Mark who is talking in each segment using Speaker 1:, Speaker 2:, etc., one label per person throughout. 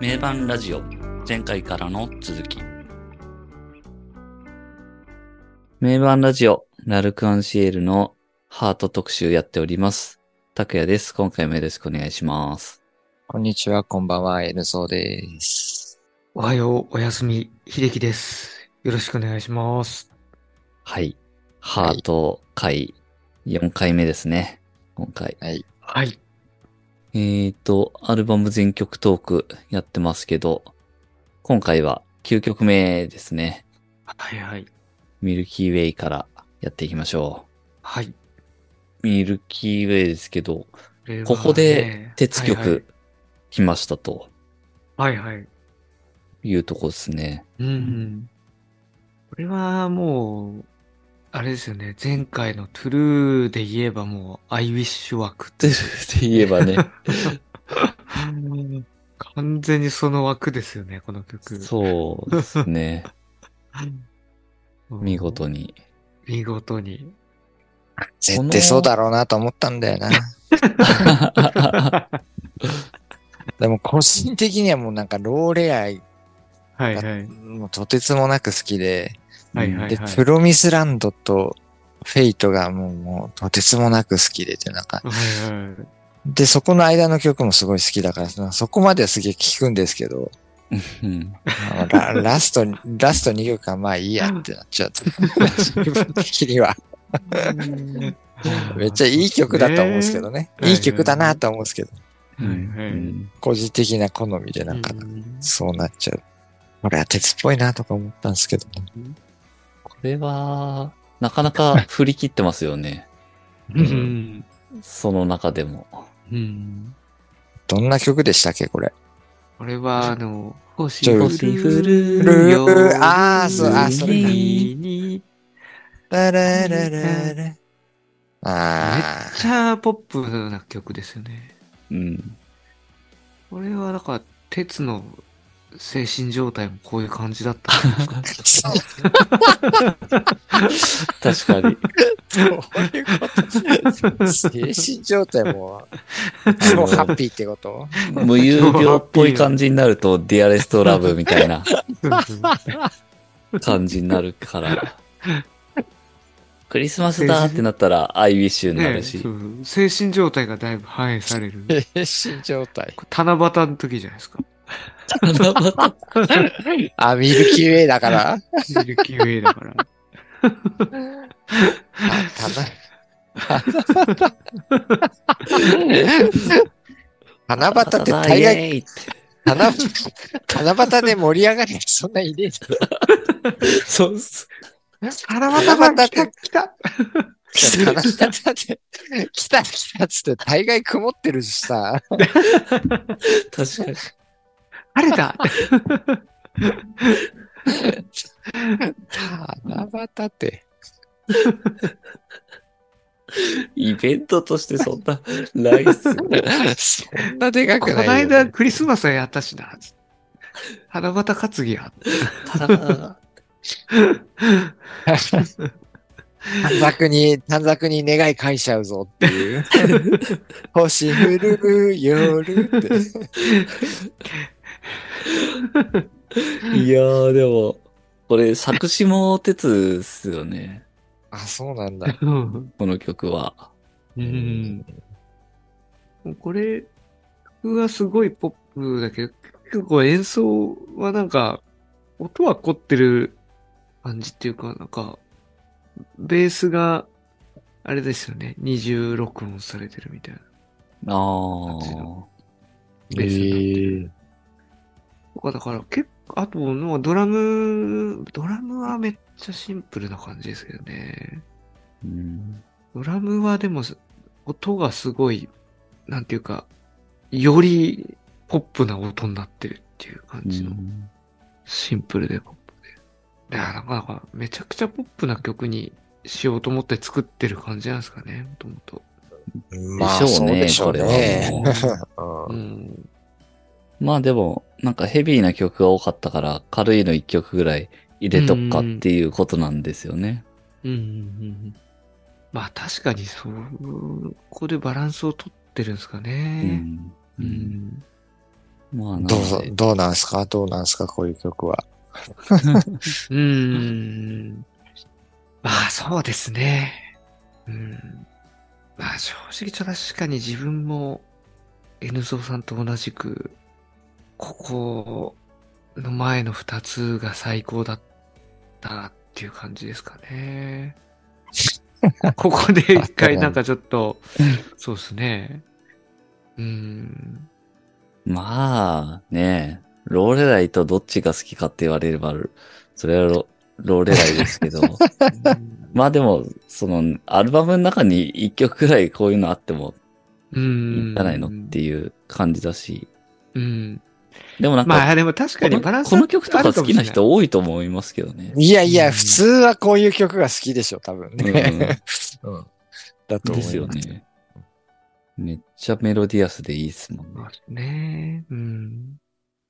Speaker 1: 名盤ラジオ前回からの続き名盤ラジオラルクアンシエルのハート特集やっております拓也です今回もよろしくお願いします
Speaker 2: こんにちは、こんばんは、N そうです。
Speaker 3: おはよう、おやすみ、秀樹です。よろしくお願いします。
Speaker 1: はいハート回4回目ですね今回
Speaker 2: はい。
Speaker 3: はい。
Speaker 1: えーとアルバム全曲トークやってますけど今回は9曲目ですね
Speaker 3: はいはい。
Speaker 1: ミルキーウェイからやっていきましょ
Speaker 3: はい。
Speaker 1: うミルキーウェイですけど
Speaker 3: れは
Speaker 1: ここで
Speaker 3: ね
Speaker 1: 鉄曲。来ましたと
Speaker 3: はいはい。はいはい
Speaker 1: いうとこですね。
Speaker 3: うんうん。これはもう、あれですよね。前回のトゥルーで言えばもう、アイウィッシュ枠って
Speaker 1: とって言えばね、
Speaker 3: 完全にその枠ですよね、この曲。
Speaker 1: そうですね。
Speaker 3: うん
Speaker 1: 見事に。
Speaker 3: 見事に。
Speaker 2: 絶対そうだろうなと思ったんだよな。でも個人的にはもうなんかローレ愛
Speaker 3: は いは
Speaker 2: が
Speaker 3: い。
Speaker 2: もうとてつもなく好きで、
Speaker 3: はいはい、はい。
Speaker 2: で、プロミスランドとフェイトがもうもうとてつもなく好きでて、なんか、
Speaker 3: はいはい。
Speaker 2: で、そこの間の曲もすごい好きだから、そのそこまではすげえ聞くんですけど、
Speaker 1: うん
Speaker 2: まあララスト、ラスト2曲はまあいいやってなっちゃった。自分的には。めっちゃいい曲だと思うんですけどね。
Speaker 3: ね
Speaker 2: いい曲だなと思うんですけど、
Speaker 3: はいはい
Speaker 1: うん
Speaker 2: 個人的な好みでなんか、
Speaker 3: うん
Speaker 2: そうなっちゃう。これは鉄っぽいなとか思ったんですけど、ね、
Speaker 1: これは、なかなか振り切ってますよね。
Speaker 3: うん。
Speaker 1: その中でも。
Speaker 3: うん。
Speaker 2: どんな曲でしたっけ、これ。
Speaker 3: これは、あの、星
Speaker 2: ちょい
Speaker 3: 降
Speaker 2: る
Speaker 3: よ
Speaker 2: あーそうあーそれだ
Speaker 3: に
Speaker 2: ラララララあ
Speaker 3: めっちゃポップな曲ですよね。
Speaker 1: うん。
Speaker 3: これは、だから、鉄の精神状態もこういう感じだったんですか。
Speaker 2: あ。そう
Speaker 1: 確かに。
Speaker 2: いうこと。精神状態 も、超ハッピーってこと
Speaker 1: 無遊病っぽい感じになると、ディアレストラブみたいな感じになるから。クリスマスだってなったら、アイウィッシュにな
Speaker 3: ね
Speaker 1: る
Speaker 3: そ
Speaker 1: し。
Speaker 3: う精神状態がだいぶ反映される。
Speaker 2: 精神状態。
Speaker 3: これ七夕の時じゃないですか。
Speaker 2: あ、ミルキーウェイだから。
Speaker 3: ミルキーウェイだから。
Speaker 2: あたな 七夕って大概
Speaker 1: イエーイって
Speaker 2: 七夕、七夕で盛り上がりがそんなイメージ。
Speaker 1: そうっす。
Speaker 3: 七
Speaker 2: 夕だ
Speaker 3: 来た来た
Speaker 2: 七夕で、来た来たっつって大概曇ってるしさ、
Speaker 1: 確かに。
Speaker 3: 晴れた
Speaker 2: 七夕って、
Speaker 1: イベントとしてそんな、ライス。
Speaker 2: そんなでか
Speaker 3: こ
Speaker 2: く
Speaker 3: の
Speaker 2: ないよね、
Speaker 3: 間クリスマスはやったしな。花畑担ぎや。
Speaker 2: 短冊に、短冊に願い返しちゃうぞっていう。星降る夜って。
Speaker 1: いやー、でも、これ作詞も鉄ですよね。
Speaker 2: あ、そうなんだ。
Speaker 3: うん。
Speaker 1: この曲は。
Speaker 3: うん。これ、曲はすごいポップだけど、結構演奏はなんか、音は凝ってる感じっていうか、なんか、ベースが、あれですよね。26音されてるみたいな。
Speaker 1: あー。
Speaker 3: ベースがとかだから結構、あと、まあドラム、ドラムはめっちゃシンプルな感じですけどね。
Speaker 1: うん
Speaker 3: ドラムはでも、音がすごい、なんていうか、よりポップな音になってるっていう感じの、シンプルでポップで。だからなんかなんか、めちゃくちゃポップな曲にしようと思って作ってる感じなんですかね、もともと。
Speaker 2: まあ、そうでしょうね。
Speaker 1: これはも
Speaker 2: うん
Speaker 3: うん。
Speaker 1: うまあでも、なんかヘビーな曲が多かったから、軽いの一曲ぐらい入れとくかっていうことなんですよね。
Speaker 3: うんうんうん。まあ確かに、そう、ここでバランスをとってるんですか
Speaker 1: う
Speaker 3: ね。
Speaker 1: ん
Speaker 3: うん。
Speaker 1: まあ、
Speaker 2: どう
Speaker 1: な
Speaker 2: ぞ
Speaker 1: ので、
Speaker 2: どうなんすかどうなんすかこういう曲は。
Speaker 3: うーん。まあ、そうですね。うん。まあ、正直ちょっと確かに自分も N ゾーさんと同じく、ここの前の二つが最高だったなっていう感じですか ね。ここで一回なんかちょっと、そうですね。うん。
Speaker 1: まあ、ねえ、ローレライとどっちが好きかって言われれば、それはロローレライですけど、まあでも、その、アルバムの中に一曲くらいこういうのあっても
Speaker 3: う
Speaker 1: い
Speaker 3: ん。
Speaker 1: いんじゃないのっていう感じだし、
Speaker 3: うん。
Speaker 1: でもなんか、
Speaker 3: まあでも確かにバランス
Speaker 1: この曲と
Speaker 3: あ
Speaker 1: か
Speaker 3: る
Speaker 1: 好
Speaker 3: もし
Speaker 1: き
Speaker 3: れ
Speaker 1: ない人多いと思いますけどね。
Speaker 2: いやいや、
Speaker 3: うん
Speaker 2: 普通はこういう曲が好きでしょ、多分ね。うん、 だ と
Speaker 1: で
Speaker 2: 思いま。
Speaker 1: すすよね。めっちゃメロディアスでいいですもんね
Speaker 3: ま。あね。うん。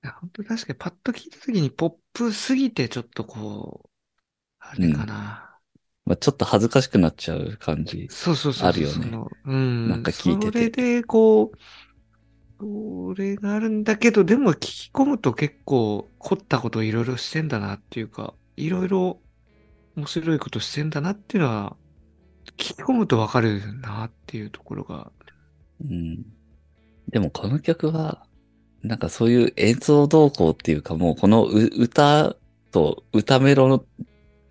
Speaker 3: いや本当確かにパッと聞いたときにポップすぎてちょっとこう、あれかな。
Speaker 1: まあ、ちょっと恥ずかしくなっちゃう感じ。
Speaker 3: そうそうそうそう。
Speaker 1: あるよね
Speaker 3: そのうん。
Speaker 1: なんか聞いてて
Speaker 3: それでこう、それがあるんだけど、でも聞き込むと結構凝ったこといろいろしてんだなっていうか、いろいろ面白いことしてんだなっていうのは、聞き込むとわかるなっていうところが。
Speaker 1: うん。でもこの曲は、なんかそういう演奏動向っていうかもうこのう歌と歌メロの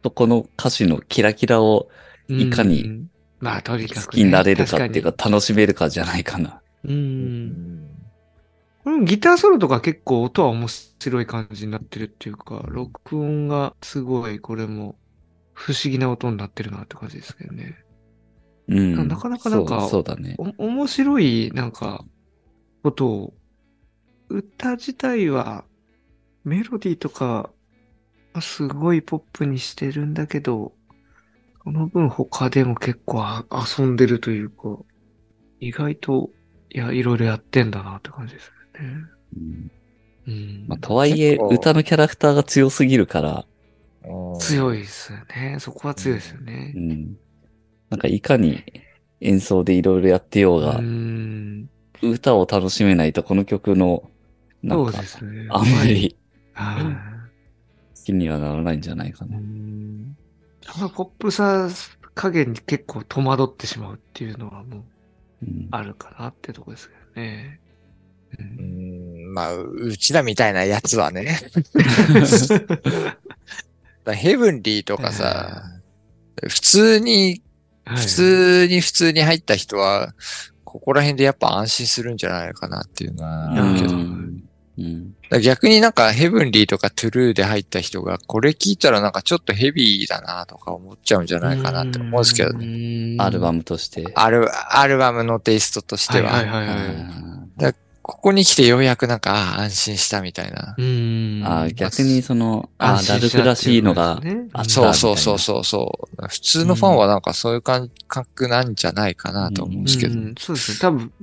Speaker 1: とこの歌詞のキラキラを
Speaker 3: うん
Speaker 1: いかに
Speaker 3: うんまあとにかく、
Speaker 1: 好きになれるかっていう
Speaker 3: 確
Speaker 1: か楽しめるかじゃないかな。
Speaker 3: に。う。
Speaker 2: うんん
Speaker 3: これもギターソロとか結構音は面白い感じになってるっていうか、録音がすごいこれも不思議な音になってるなって感じですけどね。
Speaker 1: うん。
Speaker 3: なかなかなんか
Speaker 1: そうそうだね。
Speaker 3: お面白いなんかことを、歌自体はメロディーとかまあすごいポップにしてるんだけど、その分他でも結構あ遊んでるというか、意外と、いや、いろいろやってんだなって感じですね。
Speaker 1: うん
Speaker 3: うん。
Speaker 1: まあ、とはいえ
Speaker 2: 結構
Speaker 1: 歌のキャラクターが強すぎるから、
Speaker 3: 強いですよね。そこは強いですよね
Speaker 1: う。ん。なんかいかに演奏でいろいろやってよう
Speaker 3: う
Speaker 1: が、
Speaker 3: ん。
Speaker 1: 歌を楽しめないとこの曲の、な
Speaker 3: そ
Speaker 1: ん
Speaker 3: う
Speaker 1: か
Speaker 3: で、すね。
Speaker 1: あんまり
Speaker 3: は
Speaker 1: 好きにはならないんじゃないか
Speaker 3: い。う
Speaker 1: な。
Speaker 3: ん。あのポップさ加減に結構戸惑ってしまうっていうのはも
Speaker 1: う
Speaker 3: う
Speaker 1: ん
Speaker 3: あるかなってとこですけどね。う
Speaker 2: うんんまあ、うちらみたいなやつはね。 だヘブンリーとかさ、普通に、
Speaker 3: はい
Speaker 2: 普通に普通に入った人は、ここら辺でやっぱ安心するんじゃないかなっていうのはあるけど。
Speaker 1: う
Speaker 2: だか
Speaker 1: んうん。
Speaker 2: ら逆になんかヘブンリーとかトゥルーで入った人が、これ聞いたらなんかちょっとヘビーだなとか思っちゃうんじゃないかなって思うんですけどね。
Speaker 3: ね
Speaker 1: アルバ
Speaker 3: ム
Speaker 1: ムとして。
Speaker 2: アル、アルバムのテイストとしては。
Speaker 3: はいはいはいはい。
Speaker 1: あ
Speaker 2: ここに来てようやくなんか、ああ、安心したみたいな。
Speaker 3: うん
Speaker 1: ーあー、逆にその、あー
Speaker 3: 安
Speaker 1: ラル
Speaker 3: 心した
Speaker 1: クらしいのが
Speaker 3: って、いうことですね
Speaker 1: あったみ
Speaker 2: そう
Speaker 1: たい
Speaker 2: そう
Speaker 1: な
Speaker 2: そうそうそう。普通のファンはなんかそういう感覚なんじゃないかなと思うんですけど。
Speaker 3: うん、そうですね。多分、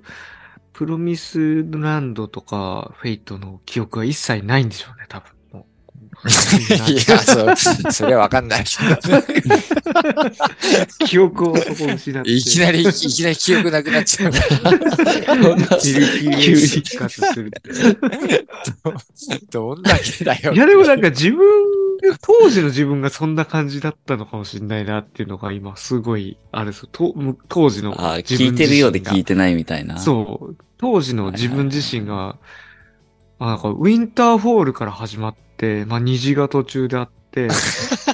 Speaker 3: プロミスランドとか、フェイトの記憶は一切ないんでしょうね、多分。もう
Speaker 2: いや、そう、 それはわかんない。
Speaker 3: 記憶をそこ失って。
Speaker 2: いきなり、いきなり記憶なくなっちゃう。
Speaker 3: 自力で復活する。
Speaker 2: どんだけだよ。
Speaker 3: いや、でもなんか自分が、当時の自分がそんな感じだったのかもしれないなっていうのが今すごい、あれですとむ当時の
Speaker 1: あー
Speaker 3: 自
Speaker 1: 聞
Speaker 3: 分
Speaker 1: いてるようで
Speaker 3: 自
Speaker 1: 聞
Speaker 3: 身
Speaker 1: い
Speaker 3: が
Speaker 1: てないみたいな。
Speaker 3: そう。当時の自分自身が、あなんかウィンターフォールから始まって、まあ虹が途中であって、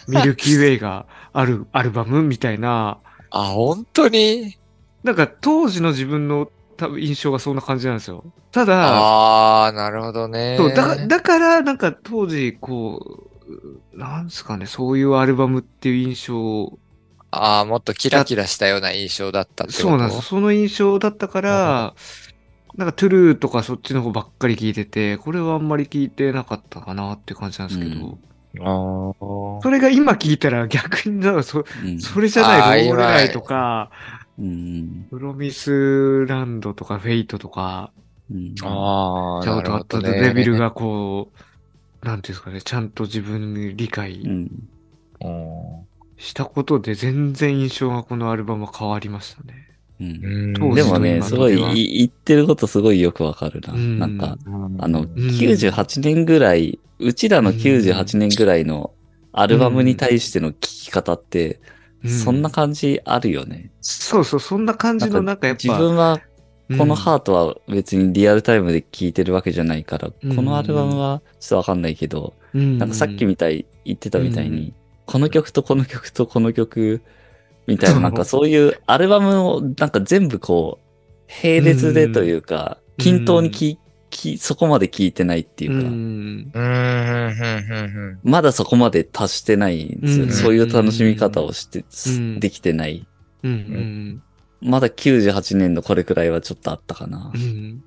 Speaker 3: ミルキーウェイがあるアルバムみたいな、
Speaker 2: あ、本当に
Speaker 3: なんか当時の自分の多分印象がそんな感じなんですよ。ただ、
Speaker 2: ああ、なるほどね。
Speaker 3: そうだだからなんか当時こう、なんですかね、そういうアルバムっていう印象を
Speaker 2: ああ、もっとキラキラしたような印象だったってこと
Speaker 3: そうなんです。その印象だったから、なんかトゥルーとかそっちの方ばっかり聞いてて、これはあんまり聞いてなかったかなって感じなんですけど、
Speaker 1: うん
Speaker 2: あ
Speaker 3: それが今聞いたら逆になんかそ、
Speaker 1: うん。
Speaker 3: それじゃない、
Speaker 2: あー
Speaker 3: ローレ
Speaker 2: 今
Speaker 3: ライとか、
Speaker 1: うん。
Speaker 3: プロミスランドとかフェイトとか、
Speaker 1: うん
Speaker 2: あ。ああ、
Speaker 3: ジャ
Speaker 2: な
Speaker 3: オ
Speaker 2: る
Speaker 3: と
Speaker 2: ほ
Speaker 3: アット
Speaker 2: ど
Speaker 3: と
Speaker 2: ね。
Speaker 3: デビルがこう、なんていうんですかね、ちゃんと自分に理
Speaker 1: う
Speaker 3: 解
Speaker 1: ん
Speaker 2: うん
Speaker 3: したことで全然印象がこのアルバムは変わりましたね。
Speaker 1: うん
Speaker 3: 当時
Speaker 1: でもね、
Speaker 3: 当時
Speaker 1: す
Speaker 3: の
Speaker 1: ご
Speaker 3: 今の
Speaker 1: いい言ってることすごいよくわかるな。
Speaker 3: うん
Speaker 1: なんか、あ
Speaker 2: あ
Speaker 1: の、98年ぐらい、うちらの98年ぐらいのアルバムに対しての聴き方って、
Speaker 3: うん
Speaker 1: そんな感じあるよね。
Speaker 3: そうそう、そんな感じの、なんかやっぱ。
Speaker 1: 自分は、この
Speaker 3: ー
Speaker 1: ハートは別にリアルタイムで聴いてるわけじゃないから、
Speaker 3: うん
Speaker 1: このアルバムはちょっとわかんないけど、
Speaker 3: ド、
Speaker 1: なんかさっき
Speaker 3: み
Speaker 1: みたい、言ってたみたいうに、この曲とこの曲とこの曲、みたい
Speaker 3: そ
Speaker 1: な、
Speaker 3: う
Speaker 1: なんかそういうアルバムをなんか全部こう、並列でというか、
Speaker 3: うん
Speaker 1: 均等にき、き、そこまで聞いてないっていうか、
Speaker 3: うん。
Speaker 2: うん、うん、うん、
Speaker 1: まですよねそこまで達してないんですよ、
Speaker 2: うん
Speaker 1: そういう楽しみ方をして、
Speaker 3: ん
Speaker 1: できてない。
Speaker 3: うんうん
Speaker 1: まだ98年のこれくらいはちょっとあったかな
Speaker 3: う。ん。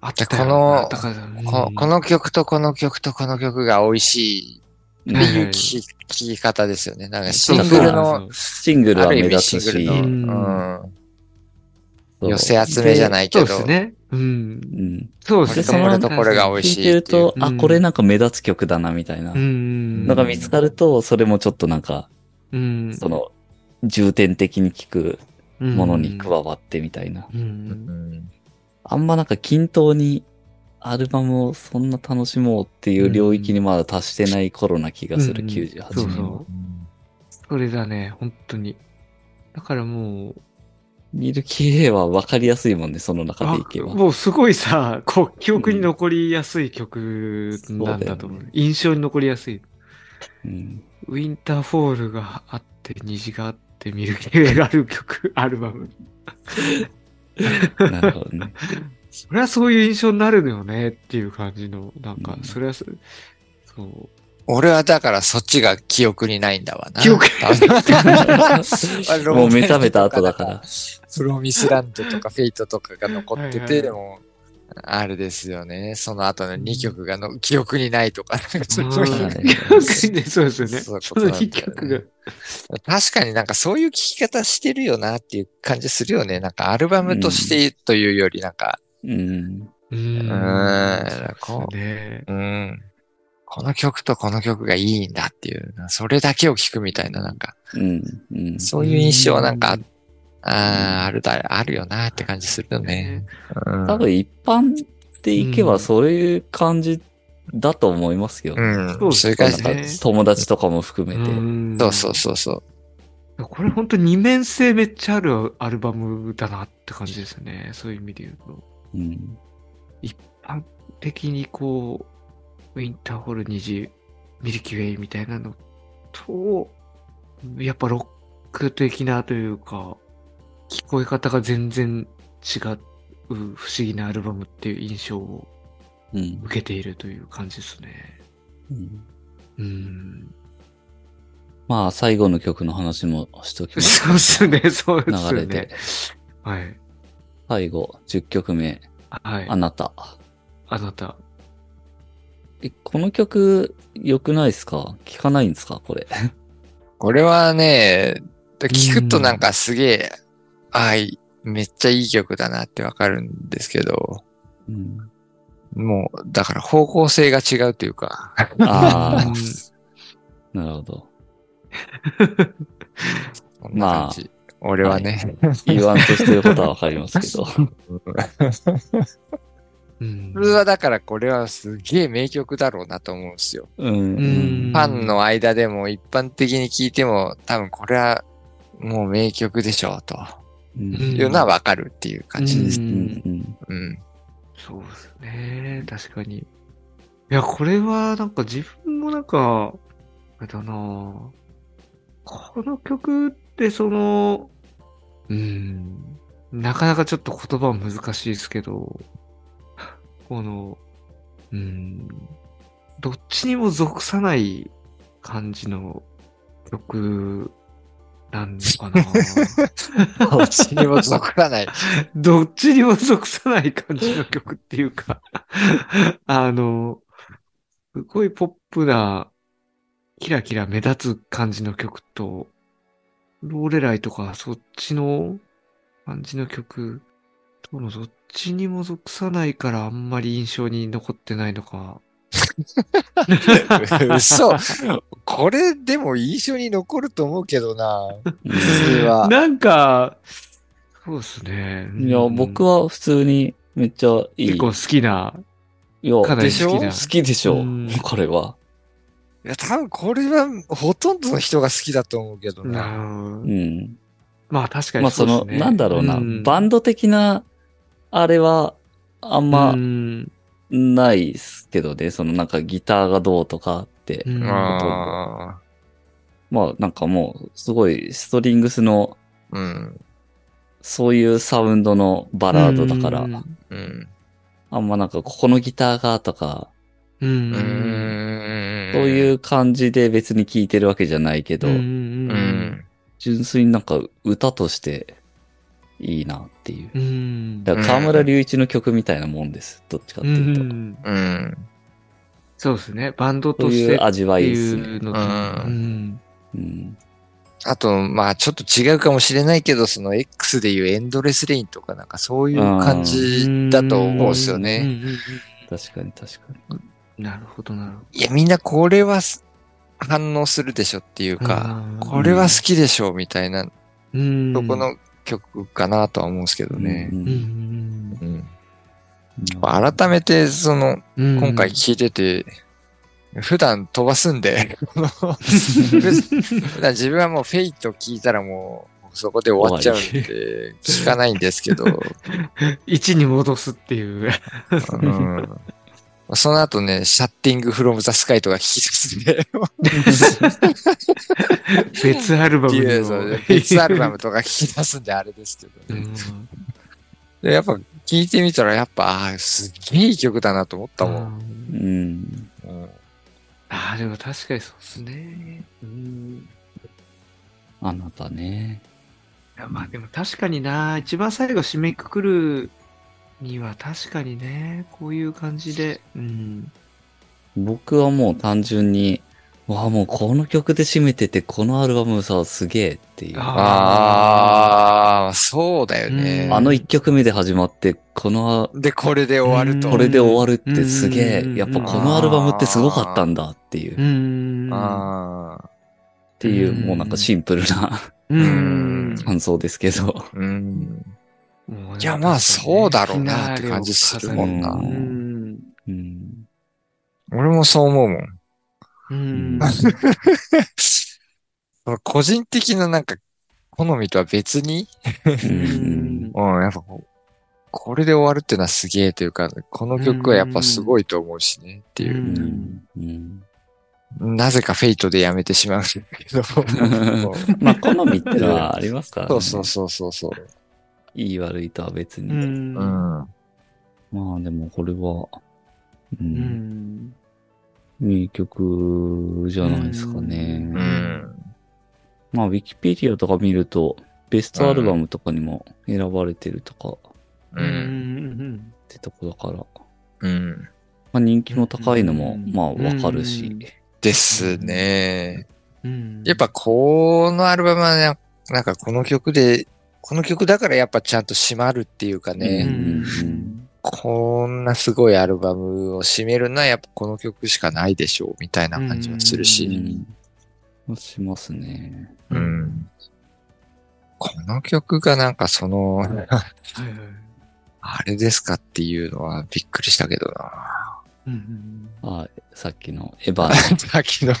Speaker 3: あった
Speaker 2: じゃあこの
Speaker 3: あったから
Speaker 2: うんこ。この曲とこの曲とこの曲が美味しいって
Speaker 3: はい
Speaker 2: いう聞き聞き方ですよね。なんかシ
Speaker 1: シ
Speaker 2: ン
Speaker 1: ング
Speaker 2: グル
Speaker 1: ル
Speaker 2: の、
Speaker 1: シングルは目立つ
Speaker 2: ある
Speaker 1: し
Speaker 2: 意味シ、
Speaker 3: ン
Speaker 2: う
Speaker 3: グルの
Speaker 2: ん、
Speaker 1: そう
Speaker 2: 寄せ集めじゃないけ
Speaker 3: そう
Speaker 2: ど、
Speaker 3: ですね。うん。
Speaker 1: うん
Speaker 3: そう
Speaker 2: こ
Speaker 3: で
Speaker 2: れ
Speaker 3: す
Speaker 2: と
Speaker 3: ね。
Speaker 2: これとこれが美味し
Speaker 1: 聞い
Speaker 2: い
Speaker 1: て
Speaker 2: っ
Speaker 1: る
Speaker 2: ていう。
Speaker 1: と、あ、
Speaker 3: うん
Speaker 1: これなんか目立つ曲だな、みたいな。
Speaker 3: うん。
Speaker 1: のが見つかると、それもちょっとなんか、
Speaker 3: うん
Speaker 1: その、重点的に聞くものに加
Speaker 3: わ
Speaker 1: わってみたいな。
Speaker 3: うん。
Speaker 1: あんまなんか均等にアルバムをそんな楽しもうっていう領域にまだ達してない頃な気がする、
Speaker 3: うん
Speaker 1: 98
Speaker 3: そう
Speaker 1: 年
Speaker 3: そ
Speaker 1: は。
Speaker 3: う。それだね、本当に。だからもう、
Speaker 1: ミルキー A は分かりやすいもんね、その中でいけ
Speaker 3: あ
Speaker 1: ば。
Speaker 3: もうすごいさ、こう、記憶に残りやすい曲なんだと思う。
Speaker 1: そうだよね
Speaker 3: 印象に残りやすい。
Speaker 1: うん
Speaker 3: ウィンターフォールがあって、虹があって、ミルキーウェイがある曲、アルバム。
Speaker 1: なるほどね。
Speaker 3: それはそういう印象になるのよねっていう感じの、なんか
Speaker 1: う、ん
Speaker 3: それはそ、そう。
Speaker 2: 俺はだからそっちが記憶にないんだわな。
Speaker 3: 記憶
Speaker 2: にない
Speaker 1: もう目覚めた後だから。
Speaker 2: プロミスランドとかフェイトとかが残ってて、
Speaker 3: はいはい
Speaker 2: でも、あれですよね。その後の2曲がの記憶にないとか、なんかそう
Speaker 3: そう
Speaker 2: い
Speaker 1: だ
Speaker 2: う
Speaker 3: ね
Speaker 1: ね
Speaker 3: そうですよね。
Speaker 2: そういう
Speaker 3: そ
Speaker 2: ことな
Speaker 3: の
Speaker 2: んだよね
Speaker 3: 2曲が。
Speaker 2: 確かになんかそういう聞き方してるよなっていう感じするよね。なんかアルバムとしてというよりなんか、
Speaker 1: うん。
Speaker 3: う
Speaker 2: うんん、
Speaker 3: そ
Speaker 2: こ
Speaker 3: うね。
Speaker 2: う、うん、この曲とこの曲がいいんだっていう、それだけを聞くみたいななんか、
Speaker 1: うん。うん。
Speaker 2: そういう印象はなんか、
Speaker 3: うん
Speaker 2: あーあるだ、あるよなって感じするよね。うん
Speaker 1: 多分一般でいけばそういう感じだと思いますよ。
Speaker 2: う。
Speaker 3: そうんです
Speaker 2: そういう
Speaker 3: ね
Speaker 2: 感
Speaker 1: なん
Speaker 2: じ
Speaker 1: か
Speaker 2: で。
Speaker 1: 友達とかも含めて。
Speaker 3: ん
Speaker 2: そうそうそうそう。
Speaker 3: これ本当二面性めっちゃあるアルバムだなって感じですね。そういう意味で言うと。
Speaker 1: うん。
Speaker 3: 的にこう、ウィンターホール虹、ミルキーウェイみたいなのと、やっぱロック的なというか、聞こえ方が全然違う不思議なアルバムっていう印象を
Speaker 1: うん。
Speaker 3: 受けているという感じですね。
Speaker 1: うん
Speaker 3: うん。
Speaker 1: まあ、最後の曲の話もしときます。
Speaker 3: そうっすね、そうっす
Speaker 1: 流れ
Speaker 3: ね
Speaker 1: て。。
Speaker 3: はい。
Speaker 1: 最後、10曲目、
Speaker 3: はい
Speaker 1: あ。なた。
Speaker 3: あなた。
Speaker 1: え、この曲、良くないですか聞かないんですかこれ。
Speaker 2: これはね、聞くとなんかすげえ、ああい、めっちゃいい曲だなってわかるんですけど、
Speaker 1: うん、
Speaker 2: もう、だから方向性が違うというか、
Speaker 1: ああ、
Speaker 3: うん
Speaker 1: なるほど。
Speaker 2: こんな感じ。俺はね、
Speaker 1: 言わんとしてることはわかります けど。
Speaker 3: うん
Speaker 2: 普通はだからこれはすげえ名曲だろうなと思うんですよ。
Speaker 1: うん。う
Speaker 3: うん
Speaker 2: ファンの間でも一般的に聞いても多分これはもう名曲でしょうと
Speaker 1: うん
Speaker 2: いうのはわかるっていう感じです。
Speaker 1: うんうん
Speaker 2: うん。
Speaker 3: そうですね。確かに。いや、これはなんか自分もなんか、あれだなぁこの曲ってその、うん、なかなかちょっと言葉は難しいですけど、この、うん、どっちにも属さない感じの曲なんのかなぁ
Speaker 2: どっちにも属らない。
Speaker 3: どっちにも属さない感じの曲っていうか、あの、すごいポップな、キラキラ目立つ感じの曲と、ローレライとかそっちの感じの曲とのどっちにも属さないからあんまり印象に残ってないのか。
Speaker 2: 嘘。これでも印象に残ると思うけどな。
Speaker 1: う
Speaker 2: 普通
Speaker 1: ん。
Speaker 2: は。
Speaker 3: なんか、そうですね。
Speaker 1: いや、僕
Speaker 3: は
Speaker 1: は普通にめっちゃいい。
Speaker 3: 結構好きな。
Speaker 1: いや、
Speaker 3: かな
Speaker 2: り
Speaker 1: で
Speaker 2: 好
Speaker 1: し
Speaker 2: きな
Speaker 1: ょ好きでしょ
Speaker 3: うん
Speaker 1: これは。
Speaker 2: いや、多分これはほとんどの人が好きだと思うけどな。
Speaker 1: う
Speaker 3: ま
Speaker 1: ん。
Speaker 3: あ確か
Speaker 1: まあ
Speaker 3: に
Speaker 1: そう
Speaker 3: です
Speaker 1: の、
Speaker 3: ね
Speaker 1: なんだろうな、
Speaker 3: ん
Speaker 1: バンド的な、あれは、あんま
Speaker 3: うん
Speaker 1: ないっすけどね、そのなんかギターがどうとかって。
Speaker 3: うん
Speaker 2: あ
Speaker 1: まあなんかもう、すごいストリングスの、
Speaker 2: あ。うん。
Speaker 1: そういうサウンドのバラードだから、
Speaker 3: うん
Speaker 2: うん。
Speaker 1: あんまなんかここのギターがとか、
Speaker 3: う
Speaker 2: うんん。。
Speaker 1: そういうう感じで別に聴いてるわけじゃないけど、
Speaker 3: うん
Speaker 2: う。ん。
Speaker 1: 純粋になんか歌としていいなっていう。
Speaker 3: うん
Speaker 1: だから河村隆一の曲みたいなもんです。どっちかっていうと。
Speaker 3: うん
Speaker 2: うん。
Speaker 3: そうですね。バンド
Speaker 1: そう
Speaker 3: とし
Speaker 1: い
Speaker 3: て
Speaker 1: う
Speaker 3: っ
Speaker 1: 味わい
Speaker 3: て
Speaker 1: で
Speaker 3: い
Speaker 1: す
Speaker 3: う
Speaker 1: ね。
Speaker 3: のと。
Speaker 2: うん
Speaker 3: うん
Speaker 1: うん。
Speaker 2: あと、まあ、ちょっと違うかもしれないけど、その X でいうエンドレスレインとかなんかそういう感じだと思うんですよ
Speaker 3: うんう
Speaker 2: ね。
Speaker 3: んうんうん
Speaker 1: 確かに確かに。
Speaker 3: なるほど、なるほ
Speaker 2: いや、みんなこれはす反応するでしょっていう
Speaker 3: ど。
Speaker 2: か、
Speaker 3: あー
Speaker 2: これは好きでしょみたいな、
Speaker 3: うん
Speaker 2: そこの曲かなとは思うんですけどね
Speaker 1: う。ん
Speaker 3: うんうん
Speaker 2: うん
Speaker 1: うん
Speaker 2: 改めて、その、
Speaker 3: うん
Speaker 2: 今回聞いてて、普段飛ばすんで、 この普段自分はもうフェイト聞いたらもうそこで終わっちゃうんで、聞かないんですけど、
Speaker 3: 1に戻すっていう。
Speaker 2: うんその後ね、シャッティングフロムザスカイとか聞きますんで、
Speaker 3: 別アルバムにも
Speaker 2: そう別アルバムとか聞き出すんであれですけ
Speaker 3: う
Speaker 2: ど、ね
Speaker 3: ん
Speaker 2: でやっぱ聞いてみたらやっぱ、あーすっげえいい曲だなと思ったもん。
Speaker 1: うん。
Speaker 2: うん
Speaker 3: ああ、でも確かにそうですね。うん。
Speaker 1: あなたね。
Speaker 3: いやまあでも確かにな、一番最後締めくくるには確かにね、こういう感じで。うん。
Speaker 1: 僕はもう単純に、わあもうこの曲で締めてて、このアルバムさ、すげえっていう。
Speaker 3: あ
Speaker 2: ああ、そうだよね。
Speaker 1: あの一曲目で始まって、この、
Speaker 2: で、これで終わると。
Speaker 1: これで終わるってすげ
Speaker 3: う
Speaker 1: え。
Speaker 3: ん
Speaker 1: やっぱこのアルバムってすごかったんだっていう。っ
Speaker 3: うん。
Speaker 2: ああ。
Speaker 1: ていう、
Speaker 3: うん
Speaker 1: もうなんかシンプルな
Speaker 3: うん。
Speaker 1: 感想ですけど。
Speaker 2: うん。
Speaker 3: もう
Speaker 2: いや、まあ、そうだろうなって感じするもんな。
Speaker 1: フィナーレを飾る
Speaker 3: うん。
Speaker 1: うん。
Speaker 2: 俺もそう思うもん。
Speaker 3: うん。
Speaker 2: 個人的ななんか、好みとは別に、
Speaker 1: うん
Speaker 2: うん、やっぱこう、これで終わるっていうのはすげえというか、この曲はやっぱすごいと思うしねっていうう。
Speaker 1: ん。うん
Speaker 2: なぜかフェイトでやめてしまうんだけど。
Speaker 1: まあ、好みってのはありますから、ね。
Speaker 2: そうそうそうそうそう。
Speaker 1: いい悪いとは別に。
Speaker 3: うん。
Speaker 2: うん。
Speaker 1: まあ、でもこれは、う、
Speaker 3: うんん。
Speaker 1: いい曲じゃないですかね。
Speaker 3: う
Speaker 2: うん。
Speaker 1: まあ、ウィキペディアとか見ると、ベストアルバムとかにも選ばれてるとか
Speaker 2: う
Speaker 3: う
Speaker 2: ん。
Speaker 3: ん。
Speaker 1: ってとこだから、ま
Speaker 2: うん。
Speaker 1: あ、人気も高いのも、
Speaker 3: うん
Speaker 1: まあ、わかるし。
Speaker 2: ですね。
Speaker 3: うん
Speaker 2: やっ、ぱこのアルバムはね、なんかこの曲で、この曲だからやっぱちゃんと締まるっていうか
Speaker 1: う
Speaker 2: ね、
Speaker 1: ん
Speaker 2: こんなすごいアルバムを締めるのはやっぱこの曲しかないでしょうみたいな感じはする
Speaker 1: う
Speaker 2: し、
Speaker 1: ん。しますね。
Speaker 2: うんこの曲がなんかその、
Speaker 3: はいはい。
Speaker 2: あれですかっていうのはびっくりしたけどな。
Speaker 3: うん。
Speaker 1: あさっきのエヴァ
Speaker 2: さっきの。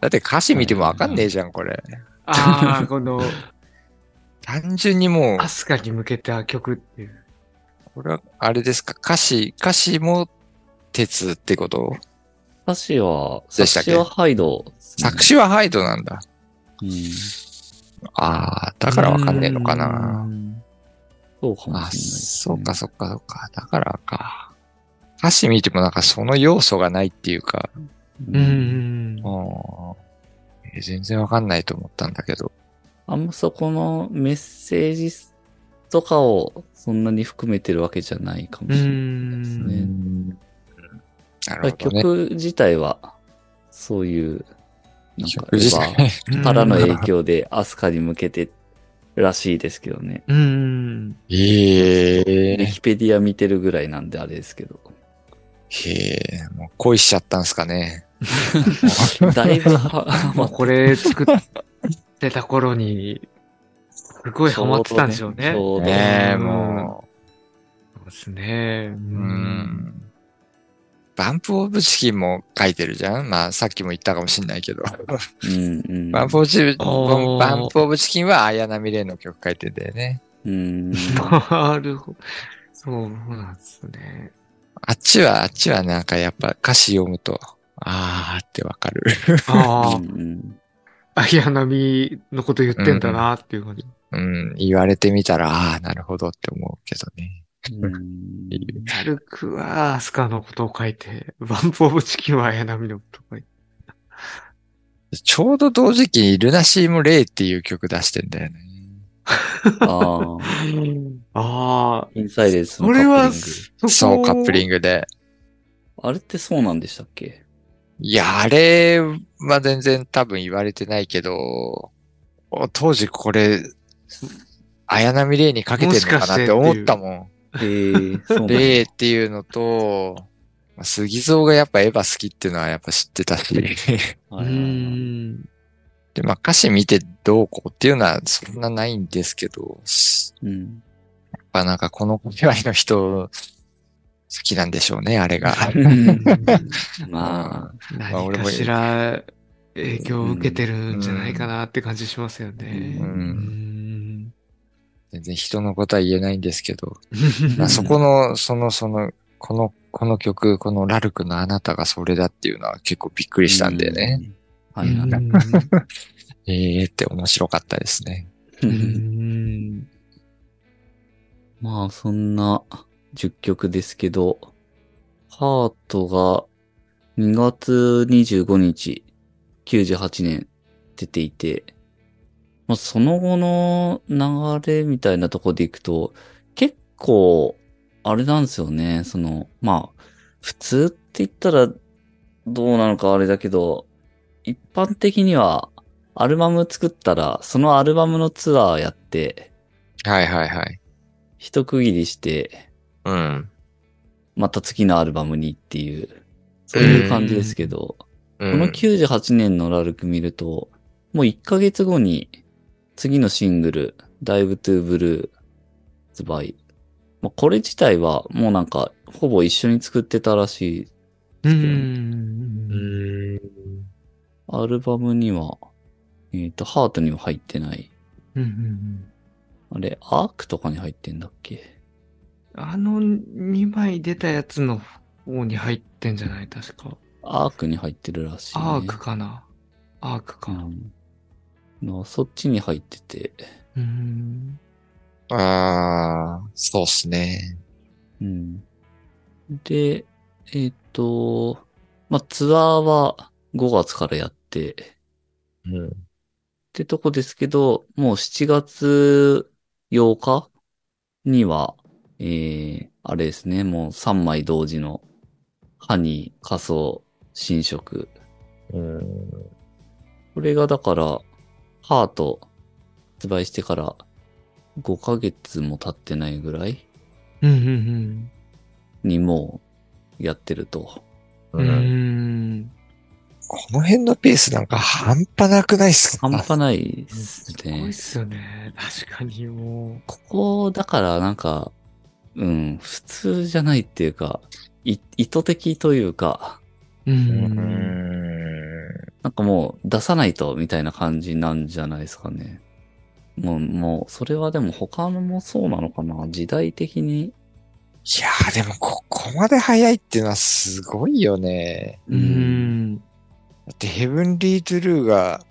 Speaker 2: だって歌詞見てもわかんねえじゃん、これ。
Speaker 3: ああ、この、
Speaker 2: 単純にもう、
Speaker 3: アスカに向けた曲っていう。
Speaker 2: これはあれですか、歌詞、歌詞も鉄ってこと
Speaker 1: 歌詞は、
Speaker 2: で
Speaker 1: 作
Speaker 2: したっけ
Speaker 1: 詞はハイドですね、
Speaker 2: 作詞はハイドなんだ。
Speaker 1: うん
Speaker 2: ああ、だからわかんねえのかな。
Speaker 3: うん。
Speaker 1: そうかもしれない
Speaker 2: あ、
Speaker 1: です
Speaker 2: そ
Speaker 1: ね、
Speaker 2: うかそっかそっか。だからか。歌詞見てもなんかその要素がないっていうか、
Speaker 1: う。
Speaker 3: うんん
Speaker 2: う。んえ全然わかんないと思ったんだけど。
Speaker 1: あんまそこのメッセージとかをそんなに含めてるわけじゃないかも
Speaker 3: う
Speaker 1: しれないです
Speaker 3: ん。
Speaker 1: ね。
Speaker 2: な
Speaker 1: だから
Speaker 2: るほどね。
Speaker 1: 曲自体は、そういう、なんか、
Speaker 2: 曲自 体
Speaker 1: エヴァからの影響でアスカに向けてらしいですけどね。
Speaker 3: うん。
Speaker 2: え
Speaker 1: ウィキペディア見てるぐらいなんであれですけど。
Speaker 2: へえ、もう恋しちゃったんすかね。
Speaker 1: だいぶは、
Speaker 3: まあ、これ作ってた頃に、すごいハマってたんでしょうね。
Speaker 1: ちょうど
Speaker 2: ねえ、
Speaker 3: うん
Speaker 2: も
Speaker 3: そうですね。
Speaker 2: う。
Speaker 3: う
Speaker 2: うん。バンプオブチキンも書いてるじゃんまあ、さっきも言ったかもしんないけど。
Speaker 1: うんうん。
Speaker 2: バンプオブチキン、
Speaker 3: おー
Speaker 2: バンプオブチキンは綾波レイの曲書いてんだよね。
Speaker 1: うん。
Speaker 3: なるほど。そうなんですね。
Speaker 2: あっちは、あっちはなんかやっぱ歌詞読むと、あーってわかる。
Speaker 3: あ
Speaker 1: うんうん
Speaker 3: あ、綾波のこと言ってんだなっていう感じ。
Speaker 2: うん、言われてみたら、ああ、なるほどって思うけどね。
Speaker 1: うん
Speaker 3: ダルクはアスカのことを書いて、バンプオブチキンは綾波のことを書いて。
Speaker 2: ちょうど同時期にルナシーム・レイっていう曲出してんだよね。
Speaker 1: ああ。
Speaker 3: ああ、
Speaker 1: インサイデーズの
Speaker 3: これ
Speaker 1: カップリン
Speaker 3: は、
Speaker 1: グ
Speaker 3: こ
Speaker 2: そう、カップリングで。
Speaker 1: あれってそうなんでしたっけ
Speaker 2: いや、あれは全然多分言われてないけど、お当時これ、綾波レイにかけてるのかなって思ったもん。
Speaker 1: ええ、そうなんだ
Speaker 2: レイっていうのと、まあ杉蔵がやっぱエヴァ好きっていうのはやっぱ知ってたし、
Speaker 1: は
Speaker 3: う
Speaker 1: いはいはい
Speaker 3: ーん。
Speaker 2: で、まあ歌詞見てどうこうっていうのはそんなないんですけど、
Speaker 1: うん。
Speaker 2: やっぱなんかこの声の人、好きなんでしょうね、あれが。
Speaker 1: まあ、
Speaker 2: まあ
Speaker 3: 何
Speaker 2: 俺も
Speaker 3: かしら影響を受けてるんじゃないかなって感じしますよね。
Speaker 2: う
Speaker 3: うんん。
Speaker 2: 全然人のことは言えないんですけど、
Speaker 1: う
Speaker 2: ま
Speaker 1: ん
Speaker 2: あそこの、その、その、この、この曲、このラルクのあなたがそれだっていうのは結構びっくりしたんでね。。
Speaker 1: はいはい。
Speaker 2: ええー、って面白かったですね。
Speaker 3: うんうん
Speaker 1: まあ、そんな10曲ですけど、ハートが2月25日、98年出ていて、まあ、その後の流れみたいなとこでいくと、結構、あれなんですよね。その、まあ、普通って言ったらどうなのかあれだけど、一般的にはアルバム作ったら、そのアルバムのツアーやって、
Speaker 2: はいはいはい。
Speaker 1: 一区切りして、
Speaker 2: うん。
Speaker 1: また次のアルバムにっていう、そういう感じですけど、
Speaker 2: う
Speaker 1: この
Speaker 2: ん、
Speaker 1: 98年のラルク見ると、もう1ヶ月後に、次のシングル、Dive to Blue 発売。まあ、これ自体はもうなんか、ほぼ一緒に作ってたらしい。
Speaker 3: うん。
Speaker 1: アルバムには、えっ、と、ハートには入ってない。
Speaker 3: うん
Speaker 1: あれ、アークとかに入ってんだっけ
Speaker 3: あの2枚出たやつの方に入ってんじゃない確か。
Speaker 1: アークに入ってるらしい、ね。
Speaker 3: アークかなアークか
Speaker 1: う
Speaker 3: な。
Speaker 1: ん。なそっちに入ってて、
Speaker 3: うん。
Speaker 2: ああ、そうっすね。
Speaker 1: うん。で、えっ、と、まあ、ツアーは5月からやって、っ
Speaker 2: うん。
Speaker 1: てとこですけど、もう7月8日には、えー、あれですね、もう3枚同時の、ハニー、仮想、新色。
Speaker 2: うん。
Speaker 1: これがだから、ハート、発売してから5ヶ月も経ってないぐらい
Speaker 3: うんうん
Speaker 1: にもうやってると。
Speaker 3: うん。うん。
Speaker 2: この辺のペースなんか半端なくないっすか
Speaker 1: 半端ないです
Speaker 3: すごい
Speaker 1: ね
Speaker 3: っ。すよね。確かにも
Speaker 1: ここ、だからなんか、うん、普通じゃないっていうか、い意図的というか、
Speaker 3: う。う。
Speaker 2: うんん。
Speaker 1: なんかもう出さないとみたいな感じなんじゃないですかね。もう、もう、それはでも他のもそうなのかな時代的に。
Speaker 2: いやー、でもここまで早いっていうのはすごいよね。
Speaker 3: う。ん。
Speaker 2: だってヘブンリー・トゥルーが